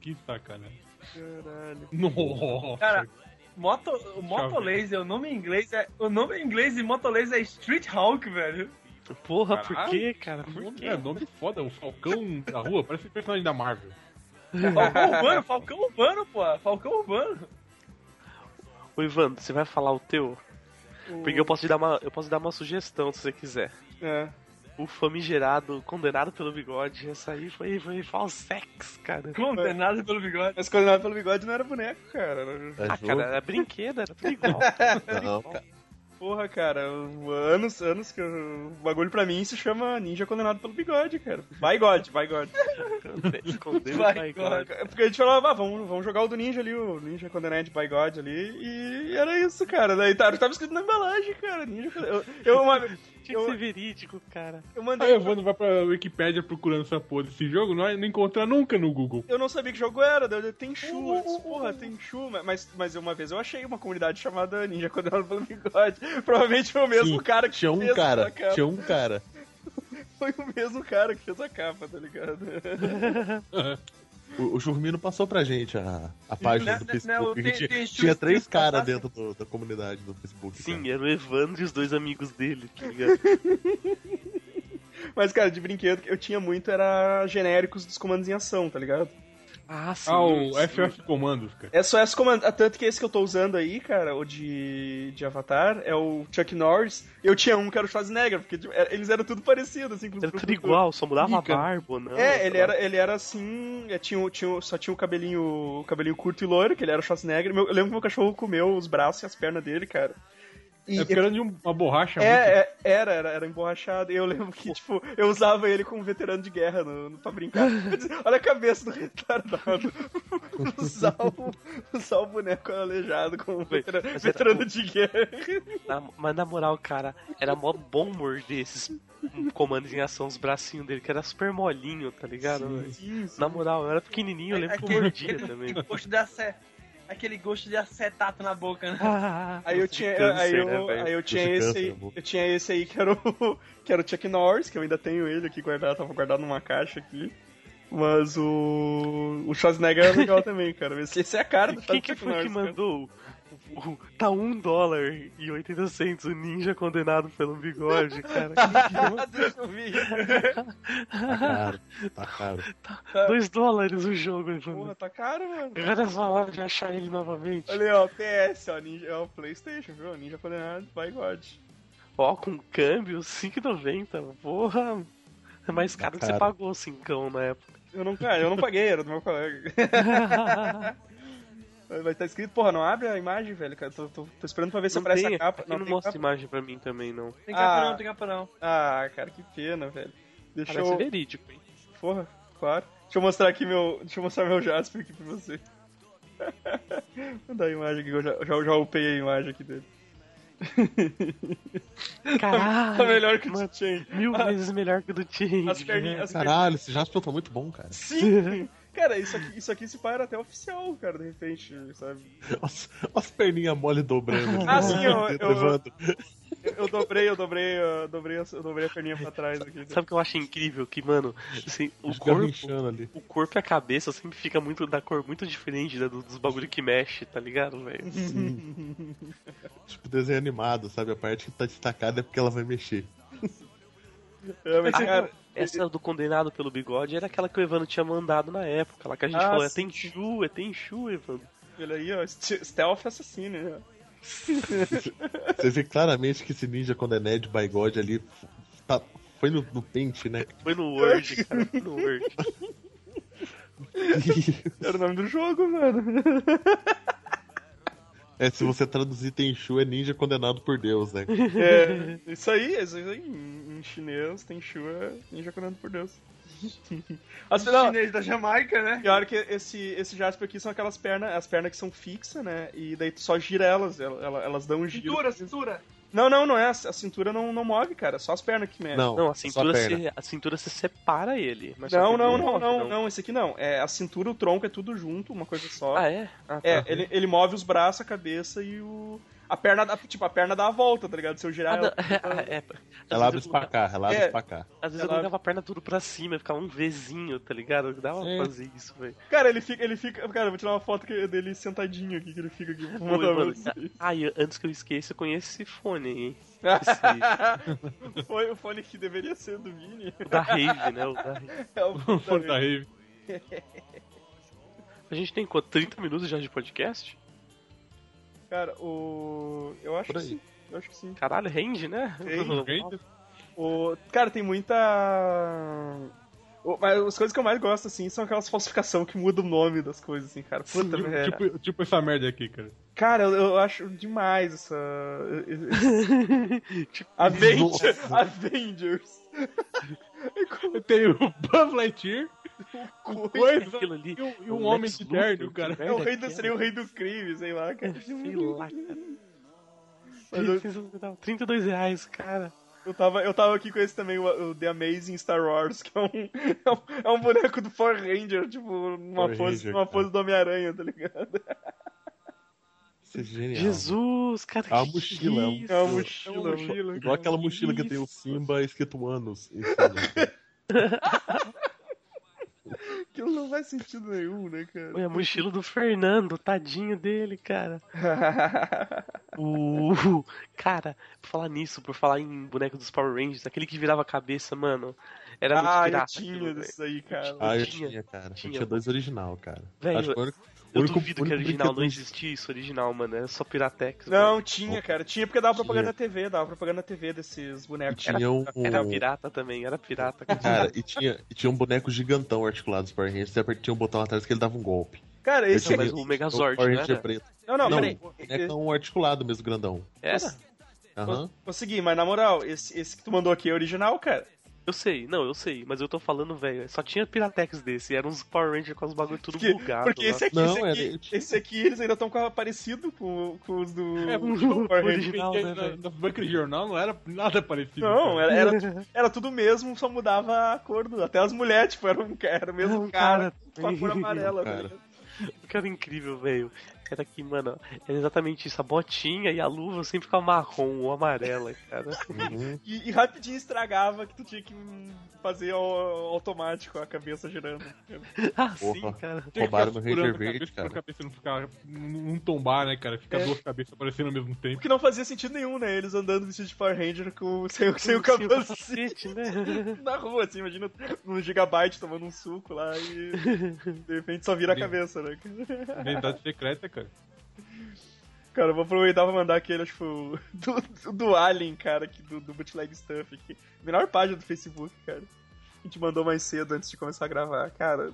Que sacanagem. Caralho. Nossa. Cara, moto, o moto laser, o nome em inglês é. O nome em inglês de moto laser é Street Hawk, velho. Porra, por Caralho. quê, cara? Por quê? É, nome foda, o Falcão da Rua, parece personagem da Marvel. Falcão Urbano, Falcão Urbano, pô. Falcão Urbano. Ô, Ivan, você vai falar o teu? Porque eu posso te dar uma, eu posso dar uma sugestão se você quiser. É. O um famigerado, condenado pelo bigode, essa aí foi, foi falsex, cara. É. Condenado pelo bigode. Mas condenado pelo bigode não era boneco, cara. Era- É Ah, jogo? cara, era brinquedo, era tudo igual. Não, cara. Porra, cara, o- anos, anos que eu- o bagulho pra mim se chama Ninja Condenado pelo Bigode, cara. By God, by God. Escondendo Vai, vai, vai. cara. É Porque a gente falava, ah, vamos, vamos jogar o do Ninja ali, o Ninja Condenado by God ali, e era isso, cara. Daí tá, tava, tava escrito na embalagem, cara, Ninja Condenado. Eu, eu, uma- Tinha que ser verídico, cara. eu Aí mandei... Ah, eu vou não vai pra Wikipedia procurando essa porra desse jogo, não, não encontra nunca no Google. Eu não sabia que jogo era, daí eu tem Uhum, chu, porra, tem chu, mas, mas uma vez eu achei uma comunidade chamada Ninja Condenado pelo Bigode. Provavelmente foi o mesmo Sim, cara que Tinha um fez cara, essa capa. tinha um cara. Foi o mesmo cara que fez a capa, tá ligado? O, o Jurmino passou pra gente a, a página Não, do não, Facebook. não, que tem- tinha, tem chute tinha que três caras passasse. dentro do- da comunidade do Facebook. Sim, era o Evandro e os dois amigos dele, tá ligado? Mas, cara, de brinquedo que eu tinha muito era genéricos dos comandos em ação, tá ligado? Ah, sim. Ah, o sim. FF Commandos, cara. SOS Comando. é Tanto que esse que eu tô usando aí, cara, o de, de Avatar, é o Chuck Norris. Eu tinha um que era o Schwarzenegger, porque tipo, era- eles eram tudo parecidos, assim. com os Era tudo produtos. igual, né? só mudava a Ih, cara. barba, ou não. É, sei ele lá. era, ele era assim, é, tinha, o- tinha, o- só tinha o cabelinho, o cabelinho curto e loiro, que ele era o Schwarzenegger. Meu- eu lembro que meu cachorro comeu os braços e as pernas dele, cara. E É porque era de um- uma borracha muito. é, é, era, era, era emborrachado. Eu lembro que, tipo, eu usava ele como veterano de guerra no, no- pra brincar. Eu dizia, Olha a cabeça do retardado. usar, o, usar o boneco aleijado como veterano, mas era- veterano de guerra. Na- mas na moral, cara, era mó bom morder esses comandos em ação, os bracinhos dele, que era super molinho, tá ligado? velho? Na moral, eu era pequenininho, eu lembro que eu mordia também. Aquele gosto de ace- Aquele gosto de acetato na boca, né? Aí eu tinha, Ah, câncer, aí né, eu, velho? aí eu tinha Esse esse, câncer, é aí, amor. eu tinha esse aí que era o que era o Chuck Norris, que eu ainda tenho ele aqui guardado, tava guardado numa caixa aqui. Mas o o Schwarzenegger era legal também, cara. Esse, esse é a cara do Quem Chuck que foi que Norris. cara. mandou? o- o- Tá um dólar e 80 centos, o ninja condenado pelo bigode, cara. Deixa eu ver. Tá caro, tá caro. Dois dólares o jogo, ele falou. Porra, tá caro, mano. Agora falava de achar ele novamente. Olha aí, ó, PS, ó, Ninja, é o Playstation, viu? Ninja condenado, by God. Ó, com câmbio, 5,90. Porra, é mais caro que você Caro. pagou, 5 na época. Eu não, cara, eu não paguei, era do meu colega. Vai estar escrito, porra, não abre a imagem, velho, cara. Tô, tô- tô esperando pra ver se Não aparece tem, a capa. aqui não, tem mostra capa. imagem pra mim também, não. Tem capa Ah. não, tem capa não. Ah, cara, que pena, velho. Deixa Parece eu. verídico, hein? Porra, claro. Deixa eu mostrar aqui meu. Deixa eu mostrar meu Jasper aqui pra você. Vou dar a imagem aqui, que eu já, já, já upei a imagem aqui dele. Caralho! Tá melhor que o mano, Change. Mil vezes melhor que o do Change. As perninhas. As perninhas. Caralho, esse Jasper tá muito bom, cara. Sim! Cara, isso aqui, isso aqui se pá era até oficial, cara, de repente, sabe? Nossa, as perninhas mole dobrando. tipo, Ah, sim, eu- eu- Levando. Eu, eu dobrei, eu dobrei, eu dobrei, a- eu dobrei a perninha pra trás aqui. Sabe o que eu acho incrível? Que, mano, assim, o Os caras corpo... inchando ali. O corpo e a cabeça sempre fica muito da cor muito diferente da do- dos bagulho que mexe, tá ligado, velho? Tipo desenho animado, sabe? A parte que tá destacada é porque ela vai mexer. É, mas, Ah, cara, Essa do condenado pelo bigode era aquela que o Evandro tinha mandado na época, lá que a gente Ah, falou, é sim. Tenchu, é Tenchu, Evandro. olha aí, ó, ste- stealth assassino, né? Você vê claramente que esse ninja quando é Ned by God ali tá- foi no, no pente, né? Foi no Word, cara, foi no Word. Era o nome do jogo, mano. É, se você traduzir Tenchu, é ninja condenado por Deus, né? É, isso aí, isso aí, em, em chinês, tem chua, ninja corando por Deus. As, não, Chinês da Jamaica, né? pior que esse, esse Jasper aqui são aquelas pernas, as pernas que são fixas, né, e daí tu só gira elas, ela- ela- elas dão um giro. Cintura, cintura. Não, não, não é, a a cintura não, não move, cara, é só as pernas que mexem. Não, Não, assim, a só cintura, perna. se, a cintura se separa ele. mas só Não, que não, ele não, morre, não, não, esse aqui não. É a cintura, o tronco é tudo junto, uma coisa só. Ah, é? Ah, É, tá. ele, ele move os braços, a cabeça e o. A perna, dá- tipo, a perna dá a volta, tá ligado? Se eu girar Ah, não, ela. é, é, Ela às abre vezes eu pra cá, ela abre É. pra cá. Às vezes eu Ela- colocava a perna tudo pra cima, ficava um Vzinho, tá ligado? Dava pra Sim. fazer isso, velho. Cara, ele fica, ele fica. Cara, eu vou tirar uma foto que- dele sentadinho aqui, que ele fica aqui. Vou Pô, mandar pra mano, vocês. Ah, e antes que eu esqueça, eu conheço esse fone, hein? Foi o fone que deveria ser do Vini. O da Rave, né? O da Rave. É o fone da Fora da rave. A gente tem quanto? 30 minutos já de podcast? Vini. Cara, o. Eu acho Por que aí. sim. Eu acho que sim. Caralho, rende, né? Rende. O... Cara, tem muita. o- Mas as coisas que eu mais gosto, assim, são aquelas falsificações que mudam o nome das coisas, assim, cara. Puta, Tipo- velho. Tipo, tipo essa merda aqui, cara. Cara, eu, eu acho demais essa. Tipo, Avengers! Nossa. Avengers! Eu tenho o Buzz Lightyear coisa aquilo ali. e um, e um O homem Lex de Luthor, terno, que né? cara. É o rei do, daquela. seria o rei do crime, sei lá, cara. É, Sei lá, cara. Mas eu- Vocês dão 32 reais, cara. Eu tava, eu tava aqui com esse também, o, o The Amazing Star Wars, que é um, é um, é um boneco do Power Ranger, tipo, numa Power pose, Ranger, é. numa cara. pose do Homem-Aranha, tá ligado? Isso é genial. Jesus, cara. É uma que mochila, é um- isso? É uma mochila, Igual aquela mochila que né? tem o Simba escrito anos. em cima. Aquilo não faz sentido nenhum, né, Olha É a mochila do Fernando, tadinho dele, cara. cara? Uh, cara, por falar nisso, por falar em boneco dos Power Rangers, aquele que virava a cabeça, mano. Era muito ah, eu pirata. tinha aquilo, velho. disso aí, cara. Ah, eu Tinha, tinha, cara. tinha. Eu tinha dois original, cara. Velho, Acho que o único, Eu único- duvido que único original não brinquedo- existia isso original, mano. Era só Piratex. Não, tinha, cara. Tinha porque dava Tinha. propaganda na TV, dava propaganda na TV desses bonecos. Tinha um. mano. Era pirata também, era pirata. Cara, e tinha, e tinha um boneco gigantão articulado dos Power Rangers. Você apertinha um botão atrás que ele dava um golpe. Cara, Eu esse. tinha mas o Megazord, Power não Ranger era? preto. Não, não, Não, peraí. Boneco um articulado mesmo, grandão. Era? Aham. Consegui, mas na moral, esse, esse que tu mandou aqui é original, cara. Eu sei, não, eu sei, mas eu tô falando, velho. Só tinha Piratex desse, era uns Power Rangers com os bagulho tudo Porque, bugado. porque lá. esse aqui, Não, esse, aqui era- esse aqui, eles ainda estão parecido com, com os do. É, o Power Rangers. um original, Porque né, na- velho? na- Naquele jornal não era nada parecido. Não, é cara. era, era, era tudo mesmo, só mudava a cor. do- Até as mulheres, tipo, era, um, era o mesmo Não, cara, cara, é com a cor tem, amarela, né? cara. velho. O que era incrível, velho. Era que, mano, era exatamente isso. A botinha e a luva sempre ficava marrom ou amarela, cara. Uhum. E, e rapidinho estragava que tu tinha que hum, fazer au- automático a cabeça girando. Assim, Porra. cara. Tinha que Roubaram no ficar Ranger segurando a Verde, cabeça cara. Pra cabeça não ficar. não não tombar, né, cara? É. Fica duas cabeças aparecendo ao mesmo O tempo. que não fazia sentido nenhum, né? Eles andando vestidos de Power Ranger com, sem, sem o Sem cabelo assim, capacete, né? na rua, assim, imagina um gigabyte tomando um suco lá e de repente só vira a cabeça, né? Identidade secreta, cara. Cara, eu vou aproveitar pra mandar aquele, acho que foi o- do, do, do Alien, cara, aqui, do, do Bootleg Stuff. Aqui. Melhor página do Facebook, cara. A gente mandou mais cedo antes de começar a gravar, cara.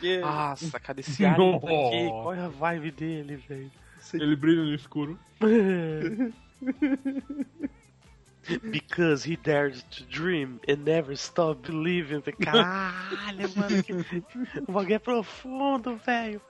que, Nossa, cara, esse alien tá aqui. Nossa. Qual é a vibe dele, velho? sei- Ele brilha no escuro. Because he dared to dream and never stop believing. Caralho, mano. Que... O bagulho é profundo, velho.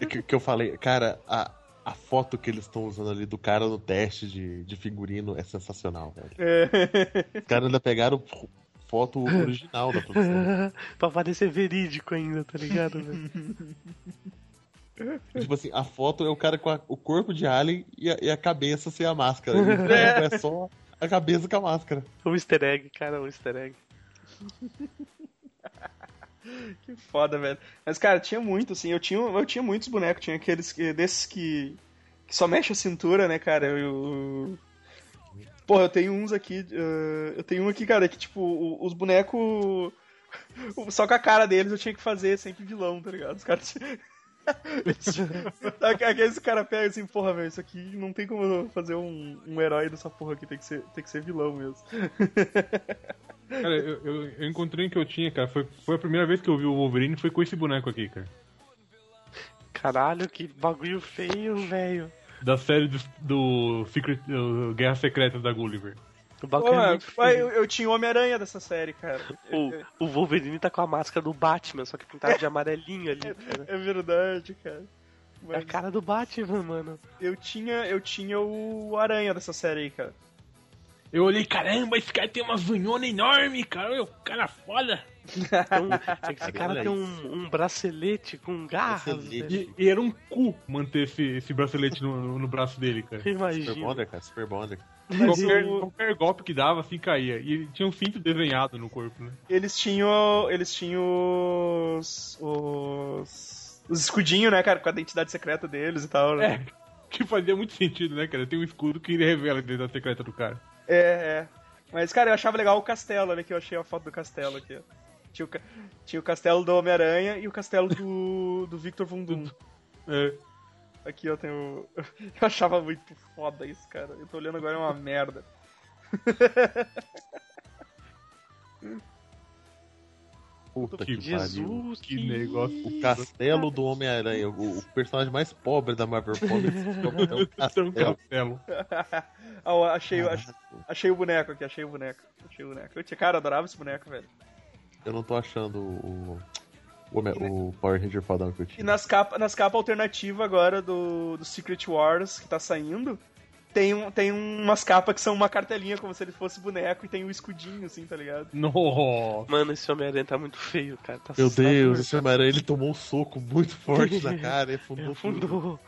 É que, que eu falei, cara, a, a foto que eles estão usando ali do cara no teste de, de figurino é sensacional, velho. É. Os caras ainda pegaram fo- foto original da produção. pra parecer verídico ainda, tá ligado, velho? tipo assim, a foto é o cara com a- o corpo de alien e a, e a cabeça sem a máscara. E o É. boneco é só a cabeça com a máscara. Um easter egg, cara, um easter egg. Que foda, velho. Mas, cara, tinha muito, assim. Eu tinha, eu tinha muitos bonecos. Tinha aqueles que- desses que, que só mexe a cintura, né, cara? Eu. eu... Porra, eu tenho uns aqui. eh, eu tenho um aqui, cara, que, tipo, o- os bonecos. Só com a cara deles eu tinha que fazer sempre vilão, tá ligado? Os caras. tinham- Eles tinham- Sabe Aqueles cara pega assim, porra, velho, isso aqui não tem como eu fazer um, um herói dessa porra aqui, tem que ser, tem que ser vilão mesmo. Cara, eu, eu, eu encontrei um que eu tinha, cara. Foi, foi a primeira vez que eu vi o Wolverine, foi com esse boneco aqui, cara. Caralho, que bagulho feio, velho. Da série do, do Secret, do Guerra Secreta da Gulliver. O bagulho Pô, é mano, muito mas eu, feio. eu tinha o Homem-Aranha dessa série, cara. O, o Wolverine tá com a máscara do Batman, só que pintado de amarelinho ali, cara. É verdade, cara. É a Mas cara do Batman, mano. eu tinha, eu tinha o Aranha dessa série aí, cara. Eu olhei, caramba, esse cara tem uma zunhona enorme, cara. Olha, o cara foda. Então, esse cara Olha tem um, um bracelete com garras. né? Bracelete. velho. E, e era um cu manter esse, esse bracelete no, no- no braço dele, cara. Super Imagina. Bonder, cara, Super Bonder. Mas Qualquer, o- qualquer golpe que dava, assim, caía. E ele tinha um cinto desenhado no corpo, né? eles tinham, eles tinham os, os, os escudinhos, né, cara, com a identidade secreta deles e tal, né? É, que fazia muito sentido, né, cara? Tem um escudo que ele revela a identidade secreta do cara. É, é. Mas, cara, eu achava legal o castelo, olha aqui, eu achei a foto do castelo aqui. ó. Tinha o, ca- tinha o castelo do Homem-Aranha e o castelo do, do Victor Vundum. É. Aqui eu tenho. Eu achava muito foda isso, cara. Eu tô olhando agora é uma merda. Puta que, pariu. Jesus, Que negócio. O castelo do Homem-Aranha, o, o personagem mais pobre da Marvel Comics, é um Então, castelo. castelo. Ah, eu achei, eu achei, achei o boneco aqui, achei o boneco. Achei o boneco. Eu tinha, cara, eu adorava esse boneco, velho. Eu não tô achando o, o, Homem- o Power Ranger fodão que eu E tinha. nas capas nas capa alternativas agora do, do Secret Wars que tá saindo, tem, um, tem umas capas que são uma cartelinha como se ele fosse boneco e tem um escudinho, assim, tá ligado? Nossa. Mano, esse Homem-Aranha tá muito feio, cara. Tá Meu assustador. Deus, esse Homem-Aranha, ele tomou um soco muito forte na cara e afundou tudo.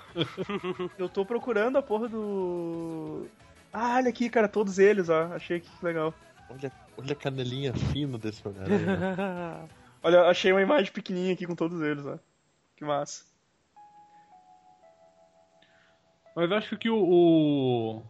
Fundou. Eu tô procurando a porra do. Ah, olha aqui, cara, todos eles, ó. Achei que legal. Olha, olha a canelinha fina desse Homem-Aranha. né? Olha, achei uma imagem pequenininha aqui com todos eles, ó. Que massa. Mas acho que o, o.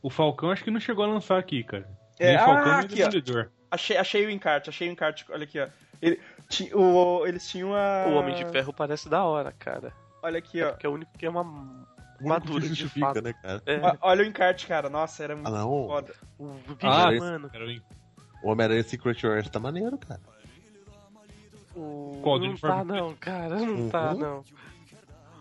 o Falcão acho que não chegou a lançar aqui, cara. É, nem ah, Falcão nem aqui, ó. Demolidor. Achei, achei o encarte, achei o encarte. Olha aqui, ó. Ele- ti- o- eles tinham a. O Homem de Ferro parece da hora, cara. Olha aqui, É ó. porque é o único que é uma O único madura que de justifica, fato. né, cara? É, O- Olha o encarte, cara. Nossa, era muito Ah, não. foda. o Big Ah, esse- mano. Cara, hein? O Homem-Aranha Secret Wars tá maneiro, cara. O... Qual do Não uniforme tá não, cara. Não tá Uhum. não.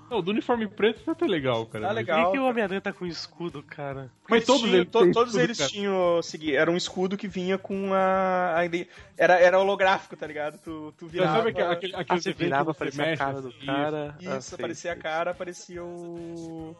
Não, o do uniforme preto tá até legal, cara. Tá mas- legal. Por que, que o Homem-Aranha tá com escudo, cara? Mas todos tinham- eles to- têm todos escudo, eles cara. tinham. Segui, era um escudo que vinha com a. a ide- era, era holográfico, tá ligado? Tu, tu Mas virava. sabe aquele, aquele, Ah, aquele você desenho que virava, você aparecia a mexe, cara do assim, cara. Isso, Ah, sei, aparecia sei, a cara, aparecia o.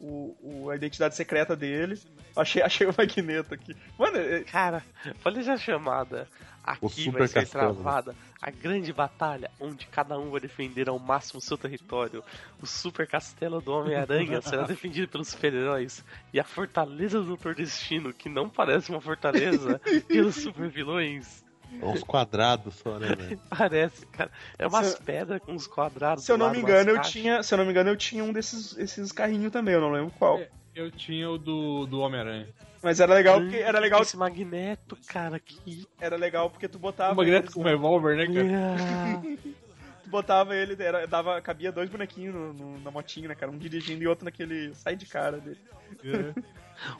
o- o- a identidade secreta dele. Achei, achei o magneto aqui. Mano, é- Cara, olha essa chamada. O Aqui super vai ser castelo. travada a grande batalha onde cada um vai defender ao máximo seu território. O super castelo do Homem-Aranha será defendido pelos super-heróis e a fortaleza do Doutor Destino, que não parece uma fortaleza, pelos super-vilões. É uns quadrados só, né, velho? Parece, cara. É umas Se eu- pedras com uns quadrados. se eu do não lado, me umas engano, eu caixas. tinha. Se eu não me engano, eu tinha um desses esses carrinhos também, eu não lembro qual. É. Eu tinha o do, do Homem-Aranha. Mas era legal porque um Grande era legal, Esse magneto, cara, que. era legal porque tu O botava Magneto com eles- revólver, né, cara? tu botava ele, era, dava, cabia dois bonequinhos no- no- na motinha, né, cara? Um dirigindo e outro naquele sai de cara dele. É.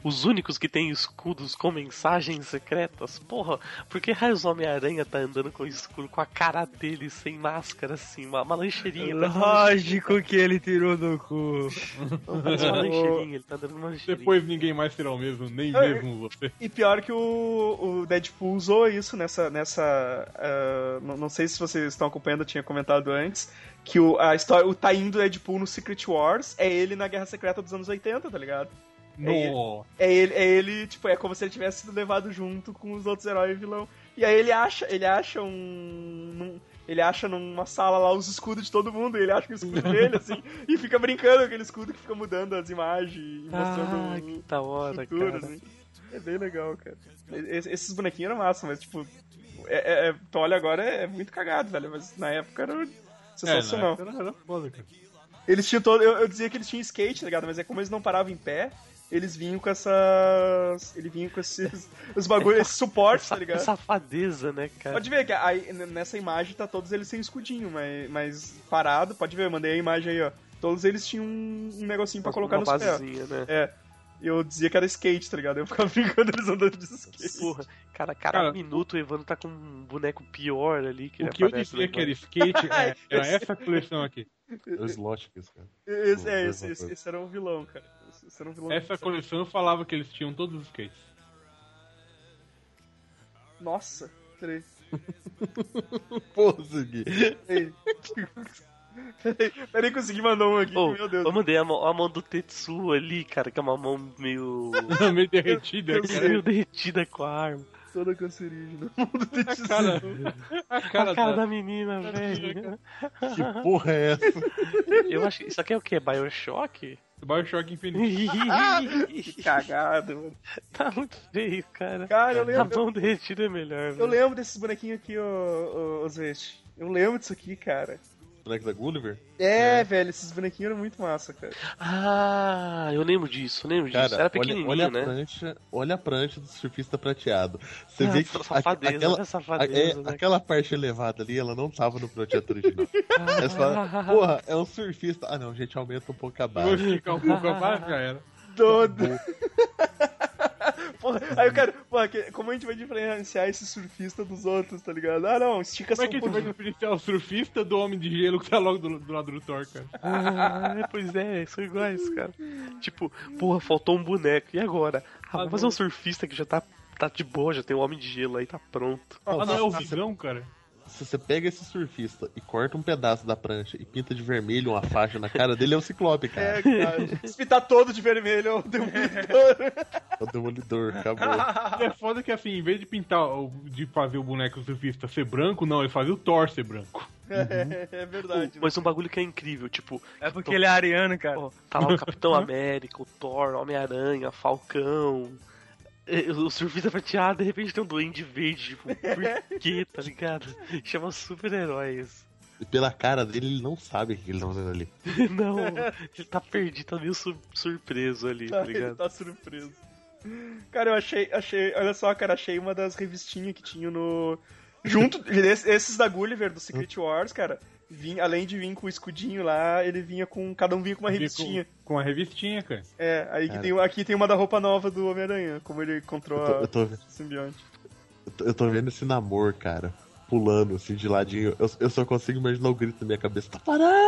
Os únicos que têm escudos com mensagens secretas? Porra, por que raios Homem-Aranha tá andando com o escudo com a cara dele sem máscara, assim? Uma, uma lancheirinha. parece uma Lógico que ele tirou do cu. lancheirinha, parece uma lancheirinha, ele tá andando numa lancheirinha. Depois ninguém mais será o mesmo, nem Ah, mesmo você. E pior que o, o Deadpool usou isso nessa. nessa ah, não, não sei se vocês estão acompanhando, eu tinha comentado antes, que o, a história, o tie do Deadpool no Secret Wars é ele na Guerra Secreta dos anos 80, tá ligado? No. É ele, é ele, tipo, é como se ele tivesse sido levado junto com os outros heróis e vilão. E aí ele acha, ele acha um. num- ele acha numa sala lá os escudos de todo mundo, e ele acha o escudo dele, assim, e fica brincando com aquele escudo que fica mudando as imagens e Ah, mostrando que o da hora, futuro, cara. assim. É bem legal, cara. Es- esses bonequinhos eram massa, mas tipo. É, é- é- tu olha agora é muito cagado, velho. Mas na época era sensacional. Era, era foda, cara. Eles tinham todo. Eu, eu dizia que eles tinham skate, tá ligado? Mas é como eles não paravam em pé, eles vinham com essas. Ele vinha com esses. Os bagulhos, esse suporte, tá Sa- ligado? Safadeza, né, cara? Pode ver que aí, n- nessa imagem tá todos eles sem escudinho, mas, mas parado. Pode ver, eu mandei a imagem aí, ó. Todos eles tinham um um negocinho pra colocar uma nos pés. basezinha, né? É. Eu dizia que era skate, tá ligado? Eu ficava brincando eles andando de skate. Porra, cara, cada Cara, minuto o Evandro tá com um boneco pior ali que O ele que eu aparece dizia no que era skate é- era essa coleção aqui. É o slot que isso, cara. Esse, é, Mesma esse, esse, coisa. esse era um vilão, cara. Esse, esse era um vilão. Essa coleção eu falava que eles tinham todos os skates. Nossa, peraí. Pô, Ziggy. Peraí, peraí, peraí consegui mandar um aqui, Oh, meu Deus. eu mandei a mão, a mão do Tetsu ali, cara, que é uma mão meio. é Meio derretida, cara. meio derretida com a arma. Toda cancerígena. O mundo tem A cara, a Com a cara cara da... da menina, velho. Que porra é essa? Eu acho que isso aqui é o que? Bioshock? Bioshock Infinite. que cagada, mano. tá muito feio, cara. Cara, eu A lembro. mão derretida é melhor, Eu velho. lembro desses bonequinhos aqui, ô, ô, ô Zwest. Eu lembro disso aqui, cara. Boneco da Gulliver? É, velho, esses bonequinhos eram muito massa, cara. Ah, eu lembro disso, eu lembro disso. Cara, Era olha, pequenininho, olha, a né? prancha, olha a prancha do surfista prateado. Você Ah, vê que a- safadeza, aquela, né? a- é, Safadeza, né? aquela parte elevada ali, ela não tava no projeto original. Aí você fala, porra, é um surfista. Ah não, gente, aumenta um pouco a Vou Uhum. base. ficar um pouco abaixo, já era. Todo. Porra, aí eu quero. Porra, que- como a gente vai diferenciar esse surfista dos outros, tá ligado? Ah, não, estica Como só é um que tu vai pouquinho. diferenciar o surfista do homem de gelo que tá logo do, do lado do Thor, cara? Ah, pois é, são iguais, cara. Tipo, porra, faltou um boneco. E agora? Ah, vamos fazer um surfista que já tá, tá de boa, já tem um homem de gelo aí, tá pronto. Ah, não é o se, você, Visão, cara? se você pega esse surfista e corta um pedaço da prancha e pinta de vermelho uma faixa na cara dele, é um ciclope, cara. É, cara. Se pintar todo de vermelho, eu dei um pintor. É o demolidor, acabou. E é foda que, assim, em vez de pintar, o- de fazer o boneco surfista ser branco, não, ele fazia o Thor ser branco. É, é verdade. Mas um bagulho que é incrível, tipo, É porque ele é ariano, cara. Ó, tá lá o Capitão América, o Thor, o Homem-Aranha, Falcão. É, O surfista prateado, de repente tem um duende verde, tipo, por quê, tá ligado? Chama super-heróis. E pela cara dele, ele não sabe o que ele tá fazendo ali. Não, ele tá perdido, tá meio sur- surpreso ali, tá ele ligado? tá surpreso. Cara, eu achei, achei, olha só, cara, achei uma das revistinhas que tinha no. Junto, esse- esses da Gulliver, do Secret Wars, cara, vinha, além de vir com o escudinho lá, ele vinha com. Cada um vinha com uma revistinha. Com, com a revistinha, cara. É, aí que Cara. tem, aqui tem uma da roupa nova do Homem-Aranha, como ele Eu tô, controla eu tô, o simbionte. eu tô- eu tô vendo esse namor, cara, pulando assim de ladinho. Eu, eu só consigo imaginar o grito na minha cabeça: tá parado!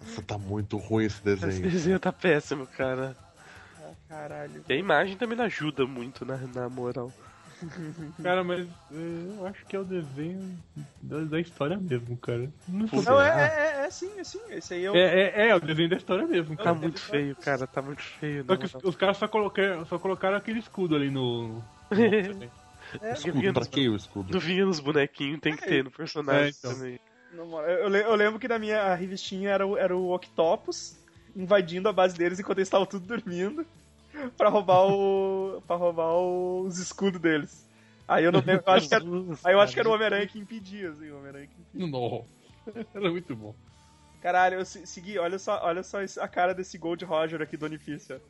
Nossa, tá muito ruim esse Esse desenho. desenho tá péssimo, cara. Caralho. E a imagem também não ajuda muito, na, na moral. Cara, mas eh, eu acho que é o desenho da, da história mesmo, cara. Não sei. Não, é, é, é, é sim, é sim. Esse aí é o. É, é, é o desenho da história mesmo, Tá cara. muito feio, cara, tá muito feio. É. Só Não, que os, os caras só colocaram, só colocaram aquele escudo ali no. Escudo, pra que o escudo? Não vinha nos bonequinhos, tem que ter no personagem É, então. também. Não, mano, Eu, eu le- eu lembro que na minha revistinha era o, era o Octopus invadindo a base deles enquanto eles estavam tudo dormindo pra roubar o. pra roubar os escudos deles. Aí eu não lembro, eu acho que era, aí eu acho que era o Homem-Aranha que impedia, assim, o Homem-Aranha que impedia. Não. Era muito bom. Caralho, eu se- segui, olha só, olha só esse- a cara desse Gold Roger aqui do Onifício.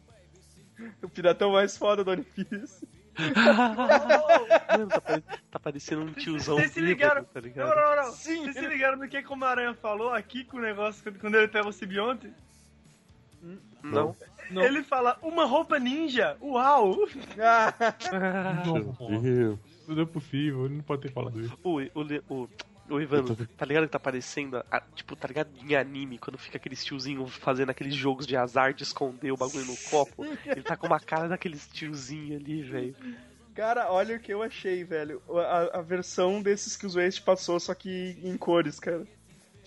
é O piratão mais foda do Onifício. Mano, tá, pare- tá parecendo um tiozão Vocês se bêbado, ligaram? tá ligado? Não, não, não. Sim. Vocês se ligaram no que como a Aranha falou aqui com o negócio quando- quando ele pega o simbionte? Não. Não. Ele fala, uma roupa ninja? Uau! Ah, Não, Meu Deus. não é possível, ele não pode ter falado isso. O, o, Le- o, o Ivano, tá ligado que tá parecendo, a- tipo, tá ligado em anime, quando fica aqueles tiozinhos fazendo aqueles jogos de azar de esconder o bagulho no copo? Ele tá com uma cara daqueles tiozinhos ali, velho. cara, olha o que eu achei, velho. A, a versão desses que o Waste passou, só que em cores, cara.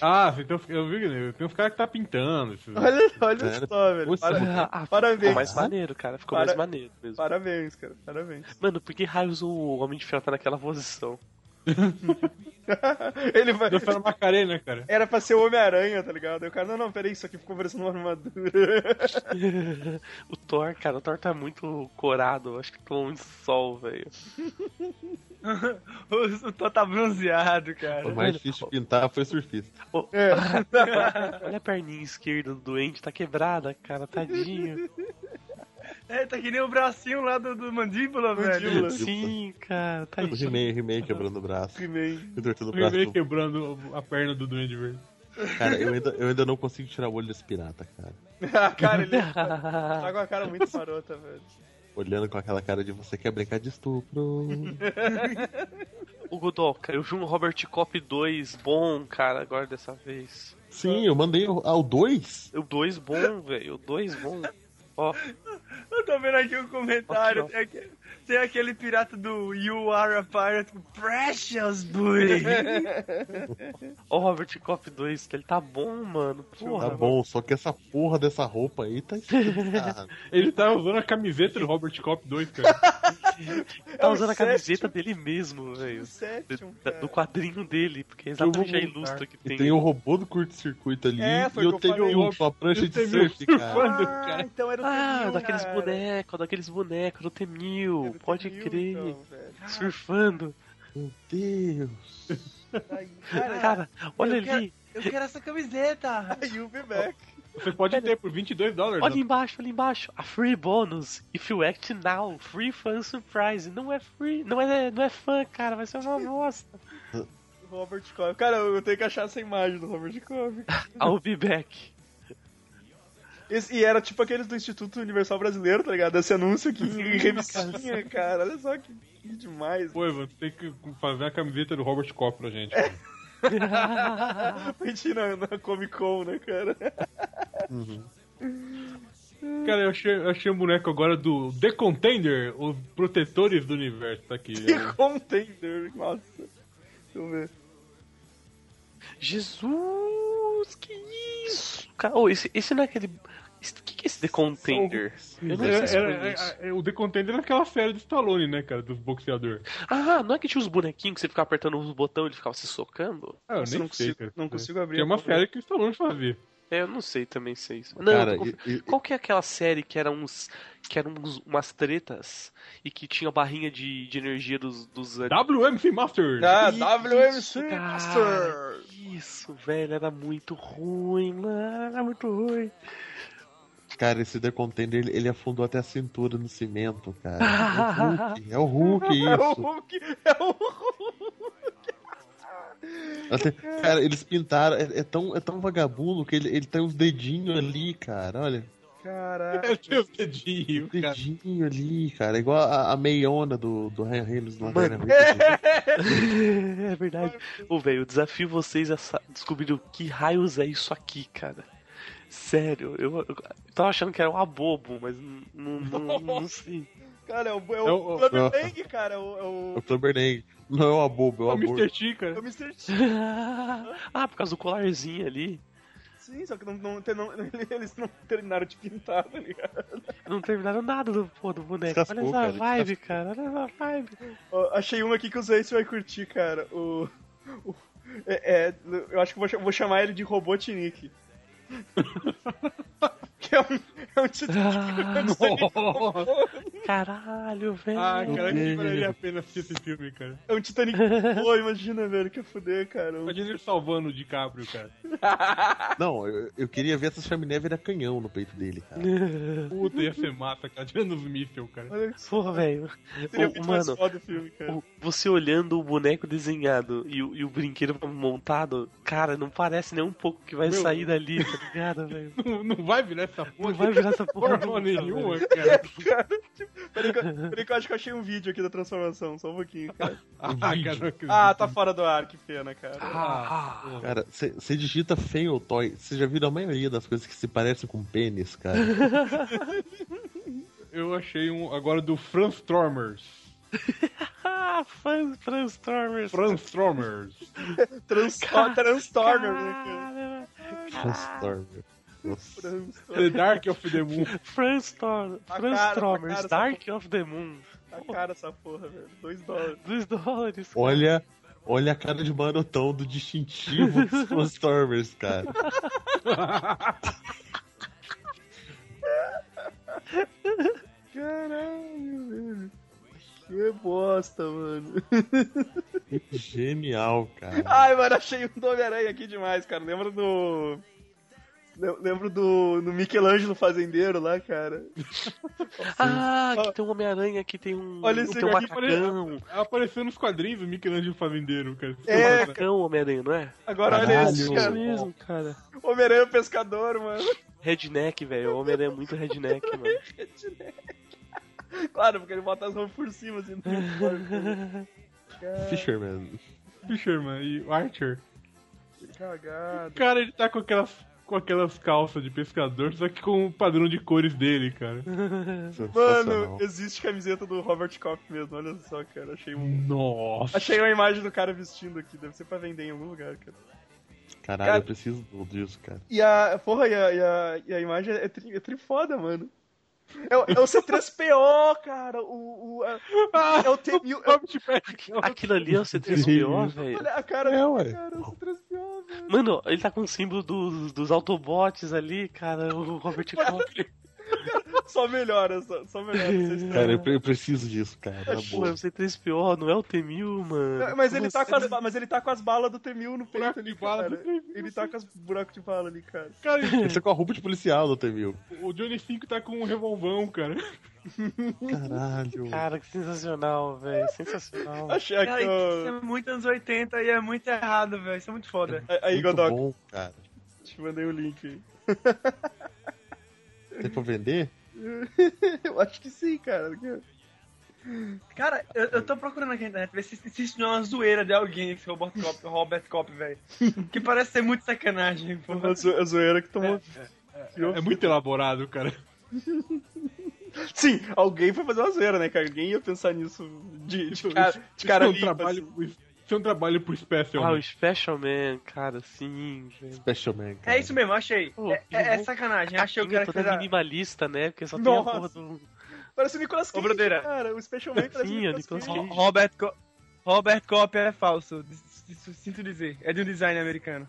Ah, então eu vi, né? Tem uns caras que tá pintando. esses- Olha, olha Sério? só, velho. Nossa, Para- Ah, ficou Parabéns. mais maneiro, cara, ficou Para- mais maneiro mesmo. Parabéns, cara. Parabéns. Mano, por que raios o Homem de Ferro tá naquela posição? Ele vai. Deu pra Macarena, né, cara. Era pra ser o Homem-Aranha, tá ligado? Aí o cara, não, não, peraí, isso aqui ficou parecendo uma armadura. o Thor, cara, o Thor tá muito corado, acho que tomou um sol, velho. O, o Thor tá bronzeado, cara. O mais difícil de pintar foi surfista. É. Olha a perninha esquerda do doente, tá quebrada, cara, tadinho. É, tá que nem o bracinho lá do, do mandíbula, Mandíbula. velho. Sim, cara, Tipo, O tadinho. He-Man, He-Man quebrando o braço. He-Man. Eu torcendo o Eu braço. vi quebrando a perna do Duende Verde. Cara, eu ainda, eu ainda não consigo tirar o olho desse pirata, cara. Ah, cara, ele tá com a cara muito marota, velho. Olhando com aquela cara de você quer brincar de estupro. O Godoka, eu vi um Robert Cop 2 bom, cara, agora dessa vez. Sim, eu mandei o- ao 2. O 2 bom, velho, o 2 bom. Ó, Eu tô vendo aqui um comentário. Nossa, Tem aquele, tem aquele pirata do You Are a Pirate Precious Booty. ó o Robert Cop 2, ele tá bom, mano. Porra, Tá bom, só que essa porra dessa roupa aí tá esquisita. Ele tá usando a camiseta do Robert Cop 2, cara. tá É o usando a sétimo. camiseta dele mesmo, velho. O sétimo, Da- cara. Do quadrinho dele, porque é vou exatamente a voltar. ilustra que um E tem. tem um o robô do curto-circuito ali. É, e foi o que eu eu falei. tenho um- uma prancha Eu de tenho surf, um- cara. Quando, Ah, cara? então era o Ah, T-1000, daqueles cara. É bonecos, daqueles bonecos do T-1000, Era o pode T-1000, crer. então, velho. Surfando. Meu Deus. Ai, tá Cara, Cara, olha eu quero- ali, Eu quero essa camiseta. you'll be back. Você pode ter por 22 dólares. né? olha embaixo, olha embaixo. A free bonus. If you act now, free fan surprise. Não é free, não é, não é fã, cara, vai ser uma bosta. Robert Cobb. Cara, eu tenho que achar essa imagem do Robert Cobb. I'll be back. Esse- e era tipo aqueles do Instituto Universal Brasileiro, tá ligado? Esse anúncio aqui em revistinha, cara. Olha só que, que demais. Pô, Ivan, você tem que fazer a camiseta do Robert Cop pra gente. cara. Pra gente ir na, na Comic Con, né, cara? Cara, eu achei, eu achei um boneco agora do The Contender, os protetores do universo. Tá aqui. Que contender, nossa. Deixa eu ver. Jesus, que isso? Cara, ô, esse, esse não é aquele. esse- O que, que é esse The Contender? Eu não sei Era- se É, era- foi isso. era- o The Contender era aquela série do Stallone, né, cara? Dos boxeador. Ah, não é que tinha os bonequinhos que você ficava apertando os botões e ele ficava se socando? Ah, eu Nossa, nem não sei, consigo, cara. não consigo abrir. Tinha uma aqui. série que o Stallone fazia. É, eu não sei também se é isso. Não, Cara, eu tô conf- e- e- qual que é aquela série que era uns. que eram uns- umas tretas e que tinha barrinha de, de energia dos. dos WMC Master! Ah, Isso, WMC cara. Master! Isso, velho, era muito ruim, mano. Era muito ruim. Cara, esse The Contender, ele, ele afundou até a cintura no cimento, cara. É o Hulk, é É o o Hulk isso. Hulk, é o Hulk. Até- cara, eles pintaram, é, é tão, é tão vagabundo que ele, ele tem uns dedinhos ali, cara, olha. um Caraca. É teu dedinho, cara. Dedinho ali, cara. Igual a, a meiona do, do Ryan Reynolds lá. Mano. Verde. É verdade. Ô, velho, eu desafio vocês a sa- descobrir o que raios é isso aqui, cara. Sério, eu, eu tava achando que era um abobo, mas n- n- n- não sei. Cara, é o, é É o o- Flamengo, cara. É o, é o, O Flubberlang. Não é o abobo, é o É o aborto. Mr. T, cara. é o Mr. T. Ah, por causa do colarzinho ali. Sim, assim, só que não, não, tem- não- eles não terminaram de pintar, tá ligado? Não terminaram nada do, pô, do boneco. Descascou, Olha cara, essa vibe, cara. Olha essa vibe. Ó, achei uma aqui que o Zeitz vai curtir, cara. O. o- é, é, eu acho que eu vou, cha- vou chamar ele de Robotnik. que é um, é um título de, Caralho, velho. Ah, cara, que valeria a pena assistir esse filme, cara. é um Titanic. Pô, imagina, velho, que fuder, cara. Um- Imagina ele salvando o DiCaprio, cara. Não, eu, eu queria ver essa chaminé virar canhão no peito dele, cara. É. Puta, ia ser massa, cara. Tirando os mísseis, cara. Olha, Pô, velho. seria Ô, muito mais Mano, foda o filme, cara. o- você olhando o boneco desenhado e o, e o brinquedo montado, cara, não parece nem um pouco que vai Meu. sair dali, tá ligado, velho? Não, não vai virar essa Não porra. vai virar essa porra nunca, Forma nenhuma, velho. cara. Peraí que, eu- peraí que eu acho que eu achei um vídeo aqui da transformação, só um pouquinho, cara. Ah, cara, não acredito. Ah, tá fora do ar, que pena, cara. Ah, Cara, você digita fail toy, você já viram a maioria das coisas que se parecem com pênis, cara. Eu achei um agora do Transformers. ah fãs Transformers. Transformers. Trans Transtormer, né, cara? Caralho, Transformer. Nossa. Transtormer. The Dark of the Moon. Transtor- A cara, Transformers, a cara, Dark of the Moon. Tá cara essa porra, velho. Dois dólares. 2 dólares. Olha, olha a cara de marotão do distintivo dos Transformers, cara. Caralho, velho. Que bosta, mano. Genial, cara. Ai, mano, achei um do Homem-Aranha aqui demais, cara. Lembra do. Lem- Lembro do, do Michelangelo Fazendeiro lá, cara. Ah, que tem um Homem-Aranha, que tem um, Olha tem esse um aqui, macacão. Apareceu nos quadrinhos o Michelangelo Fazendeiro, cara. né? Tem um É, macacão Homem-Aranha, não é? Agora olha Caralho. esse, Isso cara. mesmo, cara. Homem-Aranha é um Pescador, mano. Redneck, velho. O Homem-Aranha é muito redneck, mano. Claro, porque ele bota as mãos por cima, assim. do uniforme, cara. Ah. Fisherman. Fisherman e o Archer. Que Cagada. Cara, ele tá com aquelas, com aquelas calças de pescador, só que com o padrão de cores dele, cara. Sensacional. Mano, existe camiseta do Robert Koch mesmo, olha só, cara. Achei um. Nossa. Achei uma imagem do cara vestindo aqui, deve ser pra vender em algum lugar, cara. Caralho, cara- eu preciso do- disso, cara. E a. Porra, e a, e a, e a imagem é tri, é tri foda, mano. É, o- é o C3PO, cara. O, o, a- é o T1000. é o- tipo, Aquilo ali é o C3PO, velho. Olha a cara É, do ué. cara, é o C3PO, velho. Mano, ele tá com o símbolo dos, dos Autobots ali, cara. O Robert Copley. Só melhora, só, só melhora. vocês estão- É. Cara, eu, pre- eu preciso disso, cara. Na Pô, é o boa. C3PO, não é o T-1000, mano. Mas ele, tá Você- com as, ba- mas ele tá com as balas do T1000 no peito Buraco ali, de bala cara. do T-1000. Ele tá com os buracos de bala ali, cara. Cara, Isso é com a roupa de policial do Temil. o Johnny 5 tá com um revolvão, cara. Caralho. Cara, que sensacional, velho. Sensacional. Achei Cara, aqui, isso é ó. muito anos 80 e é muito errado, velho. Isso é muito foda. Aí, Muito Godoc, bom, cara. te mandei o link aí. Tem pra vender? Eu acho que sim, cara. Cara, eu, eu tô procurando aqui na internet ver se, se isso não é uma zoeira de alguém, esse Robert Cop, Robert Cop, velho. Que parece ser muito sacanagem, pô. A, zo a zoeira que tomou. É muito elaborado, cara. Sim, alguém foi fazer uma zoeira, né, cara? Alguém ia pensar nisso de, de cara, de cara isso, é um limpa, trabalho, assim. pro- isso é um trabalho pro Special. Ah, né? o Special Man, cara, sim, velho. Special Man, cara. É isso mesmo, achei. Pô, é, é- é sacanagem, achei o Tinha cara que toda era... minimalista, né? Porque só tem a Nossa. porra do. Parece o Nicolas Ô, Cage, Brudeira. cara. O Special Man parece Sim, o é Nicolas Nicolas Cage. Cage. Ro- Robert, Co Robert Cop é falso, dis- dis- sinto dizer. É de um design americano.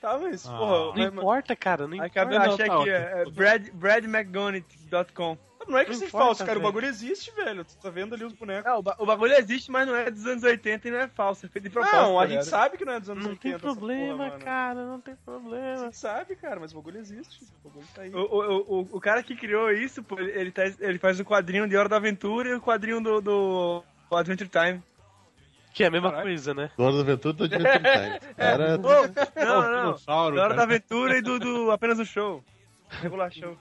Tá, mas, Ah. porra, Não vai, mano. importa, cara, não Acabei importa. de não, achar tá aqui, ótimo. é, é Brad, bradmcgonit.com. Não é que Não se importa, falso, cara. O velho. bagulho existe, velho. Tu tá vendo ali os bonecos. Ah, o, ba- o bagulho existe, mas não é dos anos 80 e não é falso, é feito de propósito. Não, a tá gente ligado? sabe que não é dos anos Não 80. tem essa porra, problema, mano. cara, não tem A problema. gente sabe, cara, mas o bagulho existe. O bagulho tá aí. O, o, o, o cara que criou isso, pô, ele, ele, tá- ele faz o quadrinho de Hora da Aventura e o quadrinho do, do, do Adventure Time. Que é a mesma Caralho. coisa, né? Dona da Aventura do Adventure Time. Cara, Não, não, não. Dinossauro, Da tá Hora da cara. Aventura e do, do apenas um show. Regular show.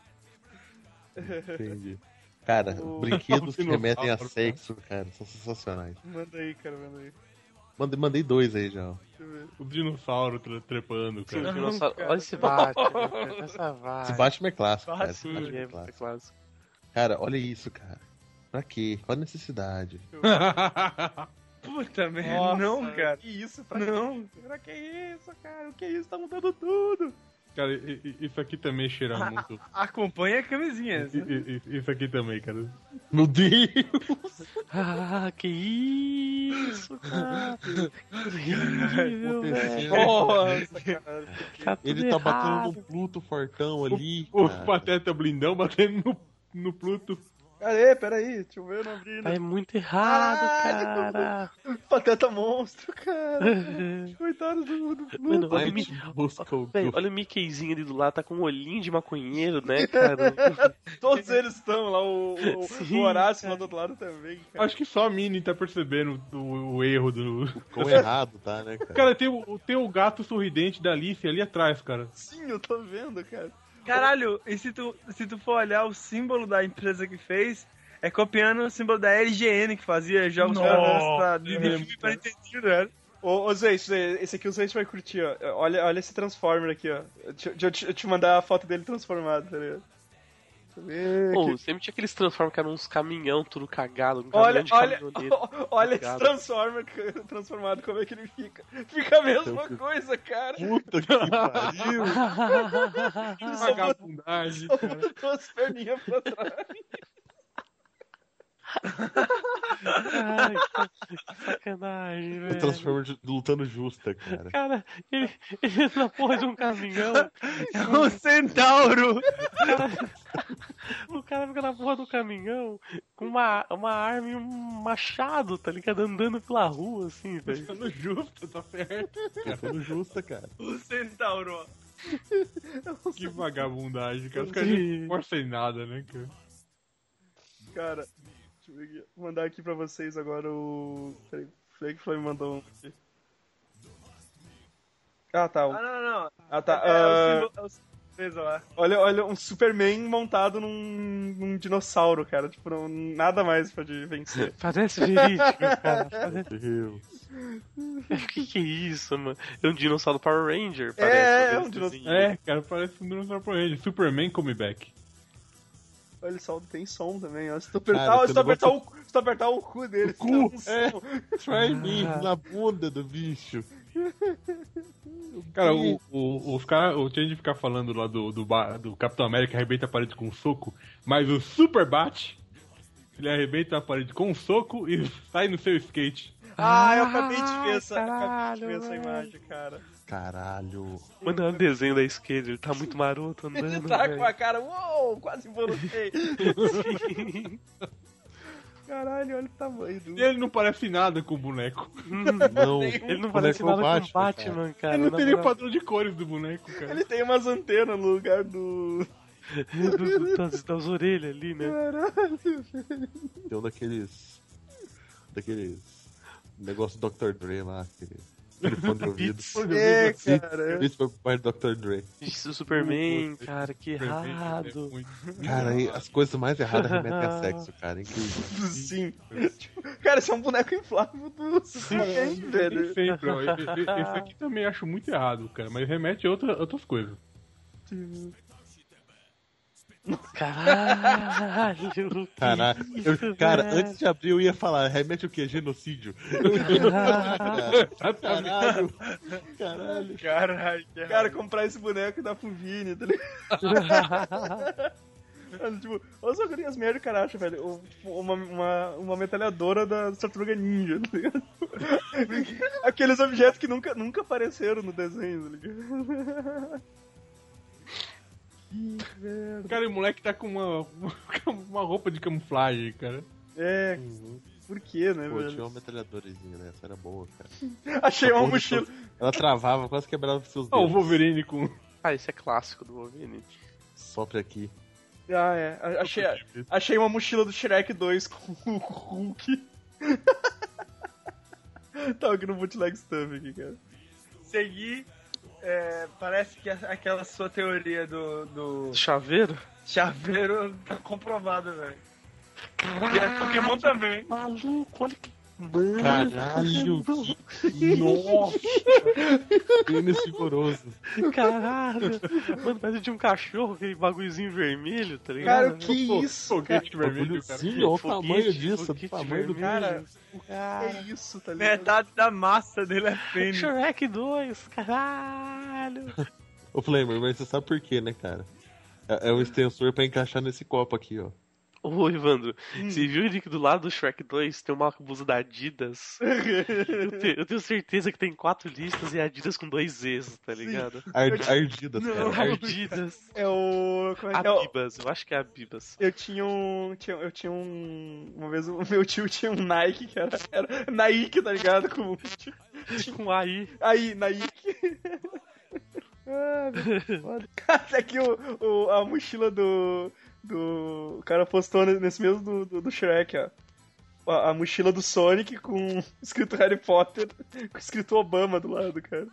entendi. Cara, brinquedos que remetem a sexo, cara, são sensacionais. Manda aí, cara, manda aí. Mandei, mandei dois aí já. ó. O dinossauro tre- trepando, Sim, o cara. dinossauro- Olha esse Batman, cara, essa vaga. Esse Batman é clássico, cara. Esse Ele Batman é é muito clássico. clássico. Cara, olha isso, cara. Pra quê? Qual a necessidade? Puta merda. Não, cara. Que isso, pra Não. que? Pra que isso, cara? O que é isso? Tá mudando tudo. Cara, i- i- isso aqui também cheira muito. Acompanha a camisinha. I- i- i- Isso aqui também, cara. Meu Deus! Ah, que isso, cara. Que horrível, velho. É, Nossa, cara. Tá tudo Ele tá errado. batendo no Pluto fortão ali. O cara. Pateta Blindão batendo no, no Pluto. Cadê? Peraí, deixa eu ver, eu não abri. Tá Né? muito errado, Caralho. cara. Pateta monstro, cara. Coitado do do Pluto. Mano, olha o, Mi- Batman busca o velho, olha o Mickeyzinho ali do lado, tá com um olhinho de maconheiro, né, cara? Todos eles estão lá, o, o, Sim, o Horácio lá do outro lado também, cara. Acho que só a Minnie tá percebendo o, o erro do. Quão errado tá, né, cara? Cara, tem o, tem o gato sorridente da Alice ali atrás, cara. Sim, eu tô vendo, cara. Caralho, e se tu, se tu for olhar o símbolo da empresa que fez, é copiando o símbolo da LGN que fazia jogos Nossa, pra- de, de é filme pra Nintendo, velho. Ô, ô Zé, isso aí- esse aqui o Zé vai curtir, ó. Olha, olha esse Transformer aqui, ó. Deixa deixa eu te- eu te mandar a foto dele transformado, tá ligado? Deixa eu ver Pô, aqui. sempre tinha aqueles transformam que eram uns caminhão tudo cagado, um caminhão Olha, de olha, caminhoneiro. olha esse Obrigado. Transformer c- transformado, como é que ele fica? Fica a mesma Então, coisa, cara. Puta que pariu! só botou- Vagabundagem, Só cara. botou as perninhas pra trás. Ai, que sacanagem, O velho. Transformer ju- lutando justa, cara. Cara, ele, ele anda na porra de um caminhão. É um centauro! O cara fica na porra do caminhão com uma, uma arma e um machado, tá ligado? Andando pela rua, assim, velho. Tá no justo, tá perto. Lutando justa, cara. Um centauro! Que vagabundagem, cara. Os caras não forçam em nada, né, cara? Cara, deixa eu ver aqui. Vou mandar aqui pra vocês agora o. Peraí, Flake Flame mandou um aqui. Ah, tá. Ah, um- não, não, não. Ah, tá. É, ah, o símbolo, é o símbolo da empresa lá. Olha, olha, um Superman montado num, num dinossauro, cara. Tipo, não- nada mais pode vencer. Parece verídico, cara. Parece... Meu Deus. O que, que é isso, mano? É um dinossauro Power Ranger, parece. é, é um desse dinossauro. desenho. É, cara, parece um dinossauro pra ele. Superman comeback. Olha, só tem som também. Ó. Se tu apertar, Cara, se tu tu não apertar, o, se tu apertar o cu dele, O cu, tem um é. som. Try me na bunda do bicho. Cara, o, o, os cara, o Change ficar falando lá do, do, ba- do Capitão América arrebenta a parede com um soco, mas o Super Bat, ele arrebenta a parede com um soco e sai no seu skate. Ah, eu acabei de ver essa, eu acabei de caralho, ver essa velho. imagem, cara. Caralho. Mano, é um desenho da esquerda, ele tá muito maroto andando. Ele tá velho. com a cara, uou, quase voltei. Caralho, olha o tamanho do. E ele não parece nada com o boneco. Não. é Ele Boneco não parece nada com o Batman, Batman, cara. ele não na tem nem o moral. padrão de cores do boneco, cara. Ele tem umas antenas no lugar do. Do- do- das, das orelhas ali, né? Tem um daqueles. Daqueles. Negócio do Dr. Dre lá. Aquele telefone de ouvido. assim. É, Sim, cara. Isso foi por parte do Dr. Dre. Isso, o Superman, cara, que Superman, errado. é muito- Cara, e as coisas mais erradas remetem a sexo, cara. Incrível. Sim. Tipo, cara, esse é um boneco inflável do Superman, velho. Nem sempre, ó. E- e- Esse aqui também acho muito errado, cara, mas remete a outra, outras coisas. Caralho! Caralho. Eu- cara, antes de abrir eu ia falar, remete o quê? Genocídio. Caralho. Caralho. Caralho, que Cara, comprar esse boneco da Fuvini, tá ligado? Mas, tipo, olha só que as merda que o cara acha, velho. O- tipo, Uma, uma, uma metralhadora da Tartaruga Ninja, tá ligado? A Aqueles objetos que nunca, nunca apareceram no desenho, tá ligado? Cara, o moleque tá com uma, uma roupa de camuflagem, cara. É, por quê, né, Uhum. Pô, velho? tinha um uma metralhadorazinha, né? Essa era boa, cara. Achei uma Porra, mochila. Ela travava, quase quebrava os seus Ó, dedos. o Wolverine com. Ah, esse é clássico do Wolverine. Sopra aqui. Ah, é. A- Achei, achei uma mochila do Shrek 2 com o Hulk. Tá, Tava aqui no um bootleg stuff aqui, cara. Segui. é, parece que a- aquela sua teoria do, do Chaveiro? chaveiro tá comprovada, velho. E a Pokémon também. Maluco, olha que. Mano, Caralho! Nossa! Tênis vigoroso. caralho. Mano, parece de um cachorro, aquele bagulhozinho vermelho, tá ligado? Cara, o que isso? Cara, Foguete vermelho, cara. Sim, olha o Foguete, tamanho disso, o foguete tamanho do vermelho. cara. cara o que é isso, tá ligado? Metade da massa dele é fêmea. Shrek 2, caralho. Ô, Flamer, mas você sabe por quê, né, cara? É, é um extensor pra encaixar nesse copo aqui, ó. Ô, Evandro, você viu ali que do lado do Shrek 2 tem uma blusa da Adidas? eu, te- eu tenho certeza que tem quatro listas e a Adidas com dois Zs, tá ligado? Ar- ardidas, cara. Ardidas. Adidas. É o. Como é que é? o- Abibas, eu acho que é Abibas. Eu tinha um. tinha- eu tinha um. Uma vez o meu tio tinha um Nike que era. era Nike, tá ligado? Com, Com AI. aí, Nike. ah, meu foda. Até é que o, o- a mochila do. Do. O cara postou nesse mesmo do, do, do Shrek, ó. A, a mochila do Sonic com escrito Harry Potter, com escrito Obama do lado, cara.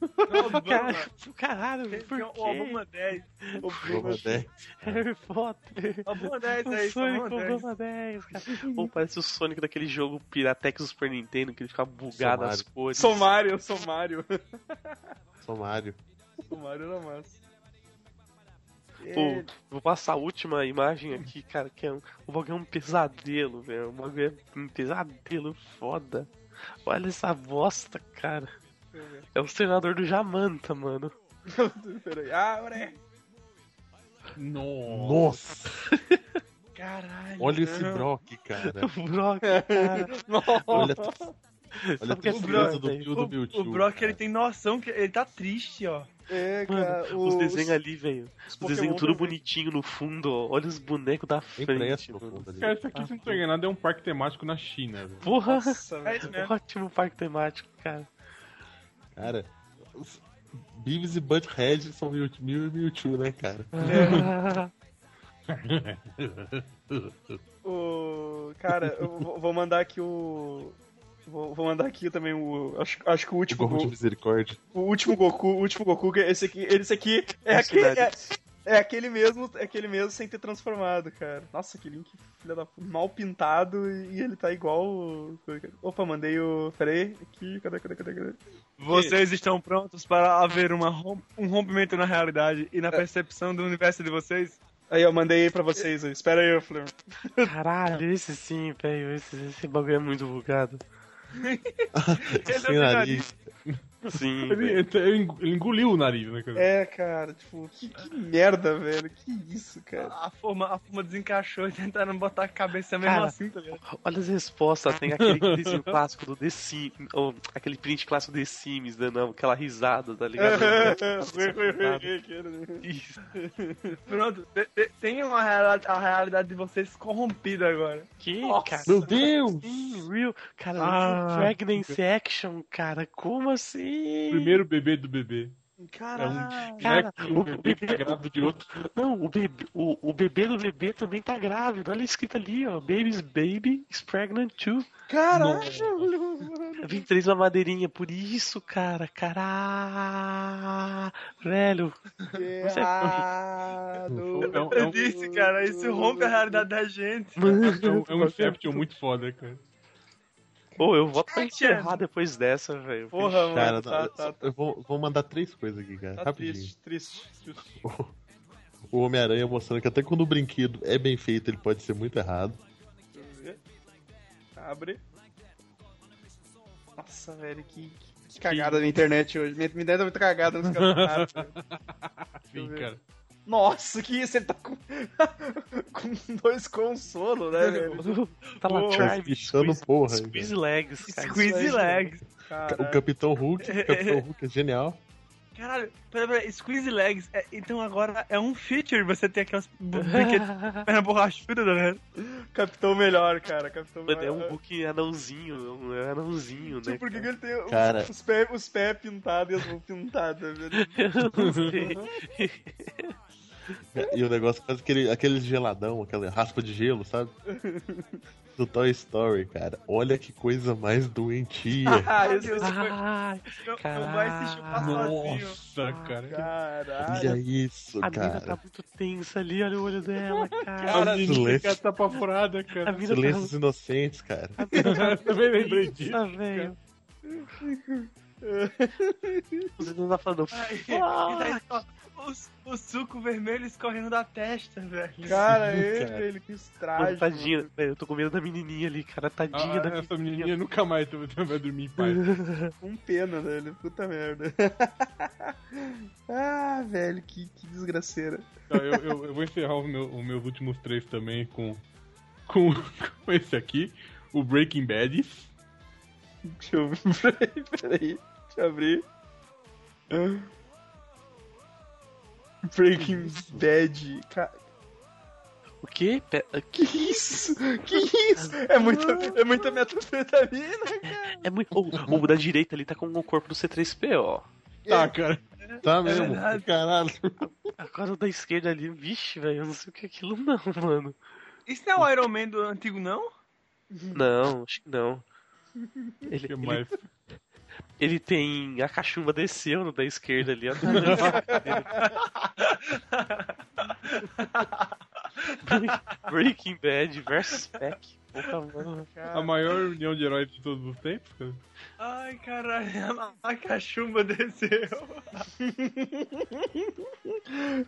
Não, Obama. Caralho, caralho, por Tem um- quê? o Obama 10. Toma Obama. 10. Harry Potter. Obama 10 é O isso, Sonic Obama com 10. Obama 10, cara. Ou parece o Sonic daquele jogo Piratex do Super Nintendo, que ele fica bugado as cores. Sou Mario, sou Mario. Somário. Sou Mario era massa. É. Pô, Tipo, vou passar a última imagem aqui, cara, que é um, o bagulho é um pesadelo, velho. O bagulho é um pesadelo foda. Olha essa bosta, cara. É o treinador do Jamanta, mano. Peraí. Ah, olha Nossa. Nossa! Caralho. Olha esse Brock, cara. O Brock, cara. Olha, É. olha a Sabe que é tristeza Brock, do velho? fio do Mewtwo. O, o Brock, é ele cara. tem noção que ele tá triste, ó. É, cara. Mano, os desenhos ali, velho. os Os desenhos Pokémon tudo também. bonitinho no fundo, ó. Olha os bonecos da Tem frente, preço no mano. fundo ali. Cara, isso aqui, se não tô enganado, é um parque temático na China, velho. Porra, Nossa, É velho. isso mesmo. ótimo parque temático, cara. Cara, os- Beavis e Butthead são Mewtwo, Mew e Mewtwo, né, cara? O... Cara, eu vou- vou mandar aqui o. Vou vou mandar aqui também o. Acho, acho que o De último, gorro de Go- misericórdia. o último Goku, o último Goku, que é esse aqui, esse aqui é, aquele, é, é aquele mesmo, é aquele mesmo sem ter transformado, cara. Nossa, que link filha da puta, mal pintado e e ele tá igual. o- Opa, mandei o. Peraí, aqui, cadê, cadê, cadê, cadê? Vocês estão prontos para haver uma rom- um rompimento na realidade e na percepção do universo de vocês? Aí eu mandei pra vocês, aí. espera aí, Flamengo. Caralho, esse sim, velho. Esse, esse bagulho é muito bugado. Sem nariz. Sim, Ele, velho. ele- ele eng- ele engoliu o nariz, né, cara? É, cara, tipo, que, que merda, velho. Que isso, cara. A forma, a forma desencaixou e tentaram botar a cabeça mesmo Cara, assim, tá ligado? Olha as respostas, tem aquele desenho clássico do The Sims, ou aquele print clássico The Sims, dando aquela risada, tá ligado? É. Foi, foi, foi, aquele, né? Isso. Pronto, de- de- tem uma reali- a realidade de vocês corrompida agora. Que, cara? Meu Deus! Sim, real. Cara, Ah, Pregnancy Action, cara, como assim? Primeiro bebê do bebê. Caralho. Cara, Não é que o um bebê tá bebê, grávido de outro. não, o bebê, o, o bebê do bebê também tá grávido. Olha escrito ali, ó. Baby's baby is pregnant too. Caralho! 23 madeirinha, por isso, cara. Caralho. Velho, Errado! É um- é Eu um- disse, cara, isso rompe a realidade da gente. É um, é um Inception muito foda, cara. Pô, eu voto pra Action. encerrar depois dessa, velho. Porra, mano. Cara, tá, tá, eu vou, vou mandar três coisas aqui, cara. tá rapidinho. triste, triste, triste. O Homem-Aranha mostrando que até quando o brinquedo é bem feito, ele pode ser muito errado. Deixa eu ver. Abre. Nossa, velho, que, que- que cagada na internet hoje. Minha, minha ideia tá muito cagada nos campeonatos. velho. Sim, ver. cara. Nossa, que isso? Ele tá com, com dois consolos, né, velho? Tá lá, Porra, Charme, Bichando Squeeze, porra. squeeze Legs, cara. Squeeze legs. O Capitão Hulk. O Capitão Hulk é genial. Caralho, pera, pera, squeeze legs. É, então agora é um feature você ter aquelas bu- brinquedos de perna borrachuda, né? Capitão melhor, cara. Capitão Mano, melhor. é um Hulk anãozinho, é um- é um anãozinho, né? Tipo, por que que ele tem os- Cara. os pés os pé pintados e as mãos pintadas? né? Eu não sei. E o negócio faz aquele, aquele geladão, aquela raspa de gelo, sabe? Do Toy Story, cara. Olha que coisa mais doentia. Ah, esse Deus. foi... Ah, Eu, eu mais se chupar sozinho. assim, Nossa, cara. Caralho. Olha isso, a mina cara. tá muito tensa ali, olha o olho dela, cara. Cara, a Silêncio. menina fica tapa furada, A cara. mina tá Silêncios inocentes, cara. Eu também lembrei disso. tensa, velho. Você não tá falando. Ai, Ah. e daí só o, o suco vermelho escorrendo da testa, velho. Cara, Sim, ele, cara. ele, que Mano, trágico. tadinha, velho, eu tô com medo da menininha ali, cara, tadinha Ah, da essa menininha nunca mais tu- tu vai dormir em paz. Tá Com pena dele, puta merda. ah, velho, que, que desgraceira. Tá, eu, eu- eu vou encerrar o meu- os meus últimos três também com, com, com esse aqui, o Breaking Bad. Deixa eu abrir. Peraí, deixa eu abrir. Breaking Bad. Ca- O quê? Pe- Que isso? Que isso? É muita, é muita metafetamina, cara. É muito. O, o da direita ali tá com o corpo do C3PO. Tá, cara. Tá mesmo, verdade. caralho. Agora o da esquerda ali, vixe, velho, eu não sei o que é aquilo, não, mano. Isso não é o Iron Man do antigo, não? Não, acho que não. O Ele, que ele- mais? ele tem. A cachumba desceu no da esquerda ali, ó. Tá vendo? Breaking Bad versus Pack. Puta, mano. A maior união de heróis de todos os tempos, cara. Ai, caralho, a, a cachumba desceu.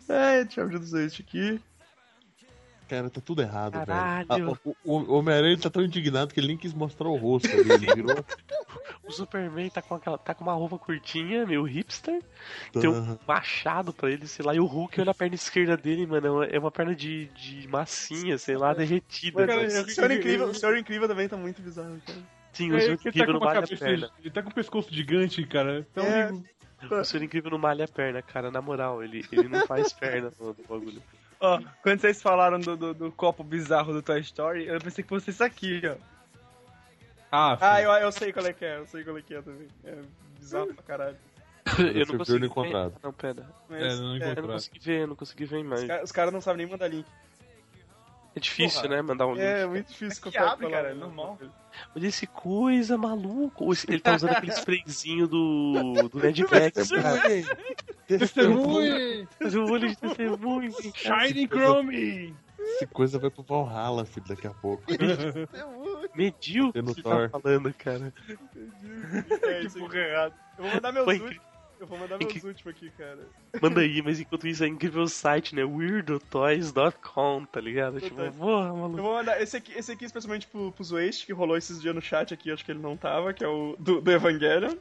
Ai, deixa eu abrir os dois aqui. Cara, tá tudo errado, Caralho. velho. Ah, o- o o Homem-Aranha tá tão indignado que ele nem quis mostrar o rosto dele. Ele virou. O Superman tá com, aquela, tá com uma roupa curtinha, meio hipster. Tem um machado pra ele, sei lá. E o Hulk olha a perna esquerda dele, mano. é uma- É uma perna de, de massinha, sei lá, derretida. Cara, eu- o senhor incrível, o senhor incrível também tá muito bizarro, cara. Sim, o É, Senhor ele, tá com Incrível não uma malha a cabeça, perna. ele tá com o pescoço gigante, cara. Tá um É. amigo. O Senhor Incrível não malha a perna, cara. Na moral, ele, ele não faz perna no no bagulho. Ó, quando vocês falaram do, do, do copo bizarro do Toy Story, eu pensei que fosse isso aqui, ó. Ah, Ah, sim. eu, eu sei qual é que é, eu sei qual é que é também. É bizarro pra caralho. Eu não Surfeu consegui no ver. encontrado. Ah, Não, pera. Mas, É, não Eu não encontraram. consegui ver, eu não consegui ver a os imagem. caras cara não sabem nem mandar link. É difícil, né, mandar um link. É, é muito difícil que copiar abre, pra lá, cara, é né? normal. Olha esse coisa maluco. Esse- Ele tá usando aquele sprayzinho do, do Ned Vex, é cara. um Testemunha! Mas o olho de é testemunho. Shining Chrome! Essa coisa vai pro Valhalla, filho, daqui a pouco. Mediu o Eu não que tá tô- falando, cara. É, isso Tipo, aqui. Eu vou mandar meus Foi últimos. Eu vou mandar meus Incri- últimos aqui, cara. Manda aí, mas enquanto isso é incrível o site, né? Weirdotoys.com, tá ligado? Tipo, Total. porra, Eu maluco. vou mandar esse aqui, esse aqui especialmente pro, pro Zoeste, que rolou esses dias no chat aqui, acho que ele não tava, que é o do, do Evangelion.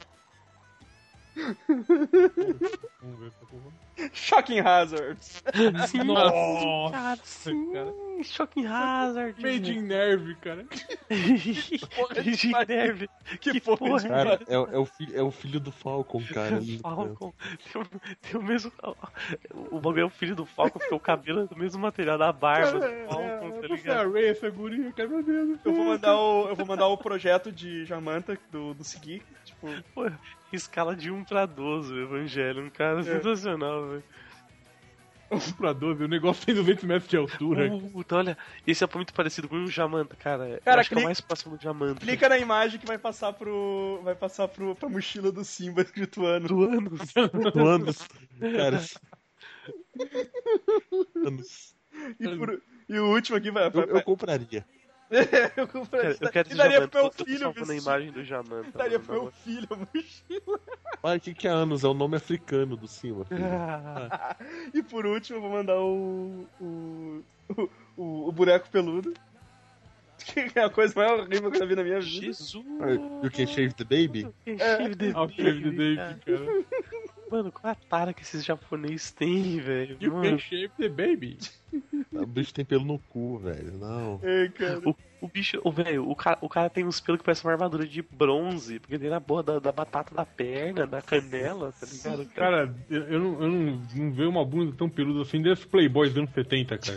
Vamos ver, tá bom. Shocking Hazards. Sim, Nossa, cara, sim. Shocking Hazard. né? Made in Nerve, cara. de neve. Que é Que porra porra de é Cara, é, é o filho, é o filho do Falcon, cara. né? Falcon. Tem, o- tem o mesmo. O bagulho é o filho do Falcon, porque o cabelo é do mesmo material da barba do Falcon, tá Você é ligado? a Ray, essa guria, cara, meu Deus do Eu céu. vou mandar o, eu vou mandar o projeto de Jamanta do, do Segui. Tipo, Pô, escala de 1 pra 12 o Evangelho. Um cara É. sensacional, velho. pra 12, o negócio tem 200 metros de altura. Puta, olha, esse é muito parecido com o Jamanta, cara. Cara, Eu acho que é clica- o mais próximo do Jamanta. clica na imagem que vai passar pro. Vai passar pro, pra mochila do Simba escrito ano. do ano. Do Anos. Cara. Anos. E, por- e o último aqui vai. vai, Eu, vai- eu compraria. eu comprei. Cara, eu quero e esse daria Jamanta. pro meu eu tô filho salvando a vestir. imagem do Jamanta. Daria mano, pro meu na filho a mochila. Olha, o que, que é Anos? É o nome africano do Simba. filho. moral. E por último, eu vou mandar o. o. o, o boneco peludo. Que é a coisa mais horrível que eu já vi na minha vida. Jesus! You can shave the baby? É. Shave the Ao Shave the baby, Baby, cara. cara. Mano, qual a tara que esses japoneses têm, velho? You Mano, can shave the baby. Ah, O bicho tem pelo no cu, velho. Não. O, o bicho, o velho, o cara, o cara tem uns pelos que parece uma armadura de bronze, porque ele é na boa da, da batata da perna, da canela, tá ligado? Cara, Cara, eu, eu não, eu não, não vejo uma bunda tão peluda assim desses playboys dos anos 70, cara.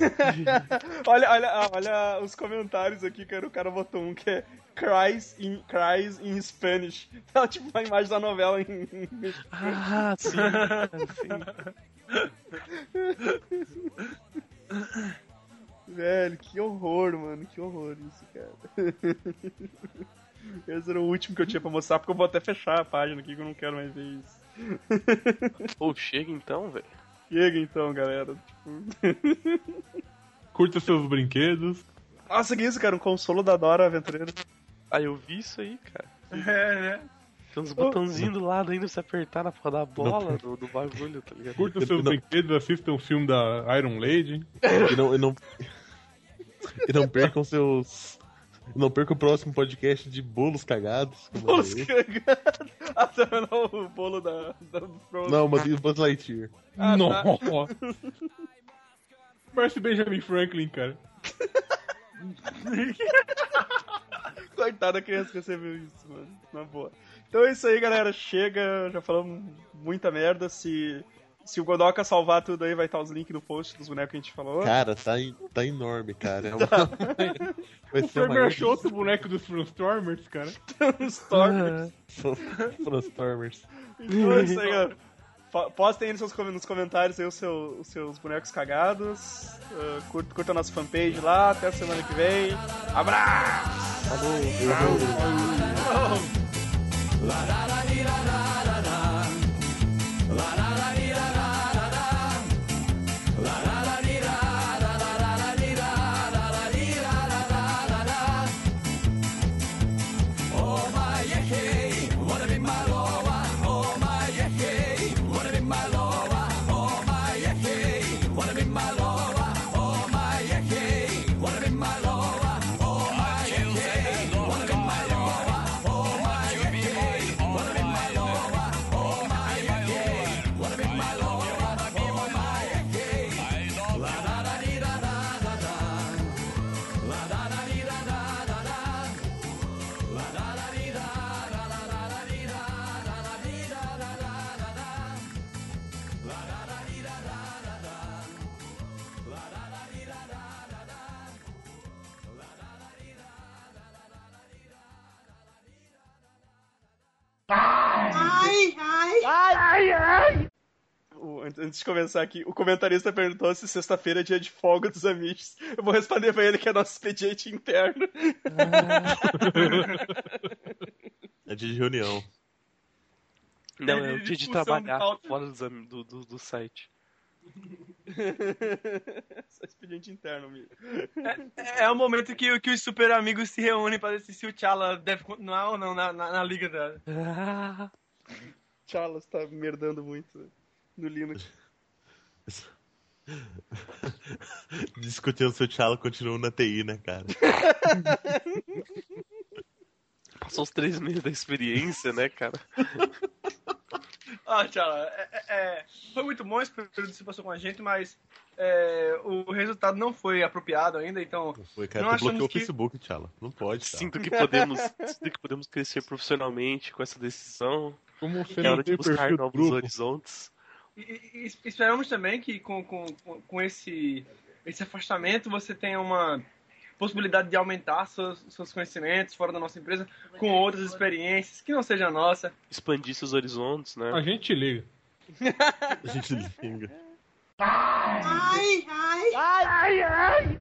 Olha, olha, ah, olha os comentários aqui, cara. O cara botou um que é Cries in, cries in Spanish. Tá tipo uma imagem da novela em. ah, sim, cara, sim. Velho, que horror, mano. Que horror isso, cara. Esse era o último que eu tinha pra mostrar, porque eu vou até fechar a página aqui que eu não quero mais ver isso. Ou chega então, velho. Chega então, galera. Tipo... Curta seus brinquedos. Nossa, que isso, cara? Um consolo da Dora Aventureira. Aí eu vi isso aí, cara. É, né? Tem uns botãozinhos do lado ainda pra você apertar na porra da bola do, do bagulho, tá ligado? Curta seus Não. brinquedos, assistam o filme da Iron Lady. E não, e não, e não percam seus. Não perca o próximo podcast de bolos cagados. como é Bolos aí. cagados. Ah, tá vendo o bolo da, da do Frozen. Não, mas e o Buzz Lightyear. Ah, tá. Nossa! Parece Benjamin Franklin, cara. Coitada da criança que recebeu isso, mano. Na boa. Então é isso aí, galera. Chega, já falamos muita merda. Se, se o Godoka salvar tudo aí, vai estar os links no post dos bonecos que a gente falou. Cara, tá, en- tá enorme, cara. É uma- Vai é O ser o Ferber maior achou outro boneco dos Transformers, cara. Ah. Storm. Transformers. Então é isso aí, galera. Fa- Postem aí nos, seus, com- nos comentários aí os, seu- os seus bonecos cagados. Ah, curta, curta a nossa fanpage lá. Até a semana que vem. Abraço! O- an- Antes de começar aqui, o comentarista perguntou se sexta-feira é dia de folga dos amigos. Eu vou responder pra ele que é nosso expediente interno. É de reunião. Não, é Ele o dia de expulsão de trabalhar pauta. fora dos am- do, do, do site. Só expediente interno, amigo. É o momento que, que os super amigos se reúnem pra decidir se o T'Challa deve continuar ou não na, na, na liga da. Ah, Chalas tá merdando muito no Linux. Discutindo se o Tchalo continua na TI, né, cara? passou os três meses da experiência, né, cara? Ah, Tchala, é- é- é, foi muito bom esse período que você passou com a gente, mas é, o resultado não foi apropriado ainda, então Foi, cara. Não tu bloqueou achamos o que- Facebook, Tchalo. Não pode, Tchalo. Sinto que podemos, sinto que podemos crescer profissionalmente com essa decisão. Como um você É não hora de tem buscar perfil do novos grupo. horizontes. e- e- e esperamos também que com, com, com- com esse, esse afastamento você tenha uma possibilidade de aumentar seus, seus conhecimentos fora da nossa empresa com outras experiências que não seja a nossa. Expandir seus horizontes, né? A gente liga. A gente liga.